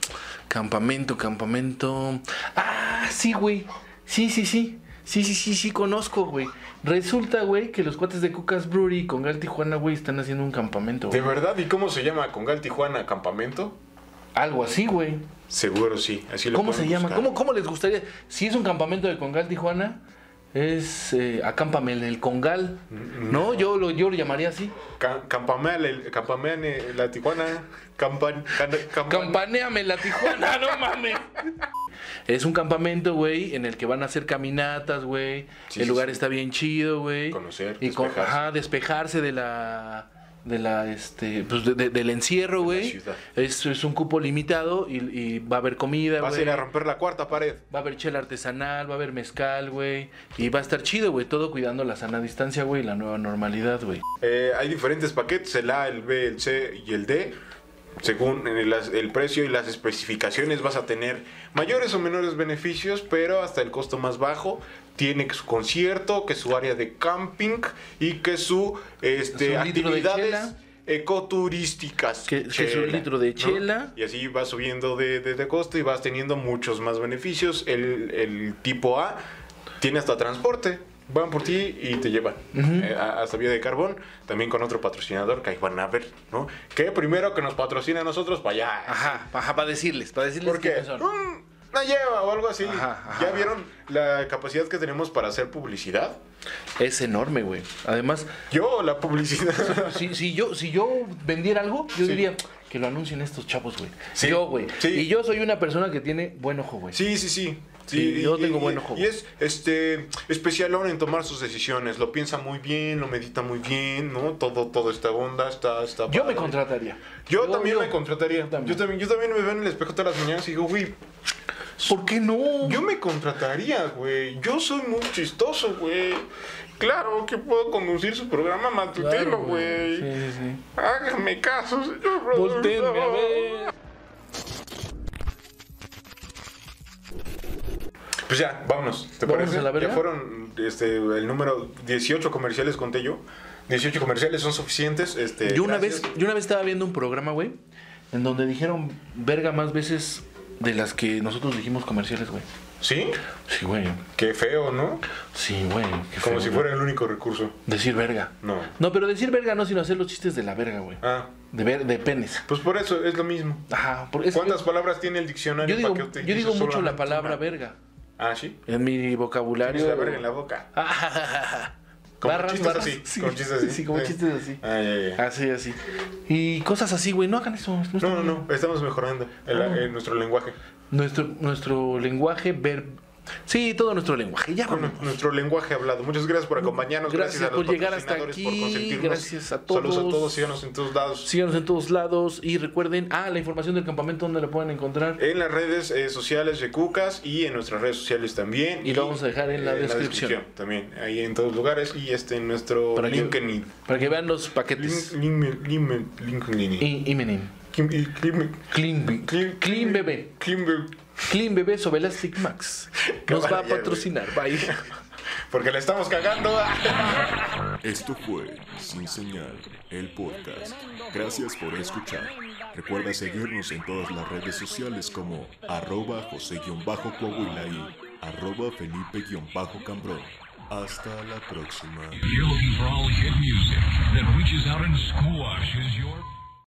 Campamento, campamento. Ah, sí, güey. Sí, sí, sí. Sí, sí, sí, sí, conozco, güey. Resulta, güey, que los cuates de Cucas Brewery con Gal Tijuana, güey, están haciendo un campamento.
¿De
güey.
verdad? ¿Y cómo se llama? ¿Congal Tijuana Campamento?
Algo así, güey.
Seguro sí, así lo
¿Cómo
pueden
se llama?
buscar.
¿Cómo, ¿Cómo les gustaría? Si es un campamento de Congal Tijuana, es eh, acámpame en el Congal. No, yo lo, yo lo llamaría así.
Ca- campameale- el- campameane la Tijuana. Campan, can- campan-
Campaneame la Tijuana, no mames. Es un campamento, güey, en el que van a hacer caminatas, güey.
Sí,
el
sí,
lugar
sí.
está bien chido, güey.
Conocer,
y con-
despejarse.
ajá, despejarse de la de la este pues de- de- del encierro, güey.
ciudad.
Es, es un cupo limitado y, y va a haber comida,
Vas a
güey.
ir a romper la cuarta pared.
Va a haber chela artesanal, va a haber mezcal, güey. Y va a estar chido, güey. Todo cuidando la sana distancia, güey. y La nueva normalidad, güey.
Eh, hay diferentes paquetes, el A, el B, el C y el D. Según el, el precio y las especificaciones vas a tener mayores o menores beneficios, pero hasta el costo más bajo. Tiene que su concierto, que su área de camping y que su este,
Su litro de
actividades
chela.
ecoturísticas.
Que- que es un
Chela,
litro de chela.
Y así vas subiendo de, de- de costo y vas teniendo muchos más beneficios. El, el tipo A tiene hasta transporte. Van por ti y te llevan eh, a- hasta Vía de Carbón, también con otro patrocinador, Caiguan Aver, ¿no? Que primero que nos patrocina a nosotros, para allá.
Ajá, ajá, para decirles, para decirles
Porque
quiénes son.
una lleva o algo así.
Ajá, ajá.
¿Ya vieron la capacidad que tenemos para hacer publicidad?
Es enorme, güey. Además,
Yo, la publicidad.
si, si yo, si yo vendiera algo, yo diría que lo anuncien estos chavos, güey.
Sí.
Yo, güey.
Sí.
Y yo soy una persona que tiene buen ojo, güey.
sí, sí, sí.
Sí, yo tengo buen ojo.
Y es este especialón en tomar sus decisiones. Lo piensa muy bien, lo medita muy bien, ¿no? Todo, todo esta onda, está, está.
Yo me
padre.
contrataría.
Yo, también
yo-
me contrataría.
también.
Yo también, yo también me veo en el espejo todas las mañanas y digo, güey,
¿Por qué no?
Yo me contrataría, güey. Yo soy muy chistoso, güey. Claro que puedo conducir su programa matutino,
Claro,
güey.
Sí, sí, sí.
Hágame caso, señor productor.
Volteenme a ver.
Pues ya, vámonos. ¿Te
Vámonos
parece?
a la verga.
Ya fueron este, el número 18 comerciales, conté yo. 18 comerciales son suficientes. Este,
Yo una, vez,
gracias.
yo una vez estaba viendo un programa, güey, en donde dijeron verga más veces de las que nosotros dijimos comerciales, güey.
¿Sí?
Sí, güey.
Qué feo, ¿no?
Sí, güey. qué
Como
feo,
si
güey.
fuera el único recurso.
Decir verga.
No.
No, pero decir verga no, sino hacer los chistes de la verga, güey.
Ah,
De, ver, de penes.
pues por eso es lo mismo.
Ajá. Porque es que
¿Cuántas palabras tiene el diccionario?
yo digo,
para que utilices
yo digo mucho la
solamente
palabra
una?
verga.
Ah, sí.
En mi vocabulario.
Tienes la verga en la boca.
Ah,
Como
barras,
chistes
barras.
así,
Sí,
como chistes así.
Sí, como
Sí.
chistes así.
Ah, ya, ya.
Así, así. Y cosas así, güey. No hagan eso. No, está
No,
bien.
no, no, estamos mejorando el-
Ah.
en nuestro lenguaje.
Nuestro, nuestro lenguaje ver... Sí, todo nuestro lenguaje. Ya
Bueno,
vámonos.
nuestro lenguaje hablado. Muchas gracias por acompañarnos. Gracias,
Ah. Gracias
a los
por llegar hasta
patrocinadores por
aquí,
consentirnos.
gracias a todos.
Saludos a todos, síganos en todos lados.
Síganos en todos lados y recuerden, ah, la información del campamento donde la pueden encontrar.
En las redes eh, sociales de Cucas y en nuestras redes sociales también. eh,
Y lo vamos a dejar en la descripción.
También, ahí en todos lugares. Y este en nuestro
Para que-
LinkedIn.
Para que vean los
Lin-
paquetes.
Lin- Lin- LinkedIn.
Y, y menin.
Kim- y- Kim-
Clean,
Clean-
clean, bebé.
Kim-
Clean bebé sobre Elastic Max.
Qué
Nos va a
maravilla,
patrocinar. Bye.
Porque la estamos cagando.
Esto fue Sin Señal, el podcast. Gracias por escuchar. Recuerda seguirnos en todas las redes sociales como arroba José-Coahuila y arroba Felipe-Cambrón. Hasta la próxima.
If you're looking for all hit music that reaches out and squashes your...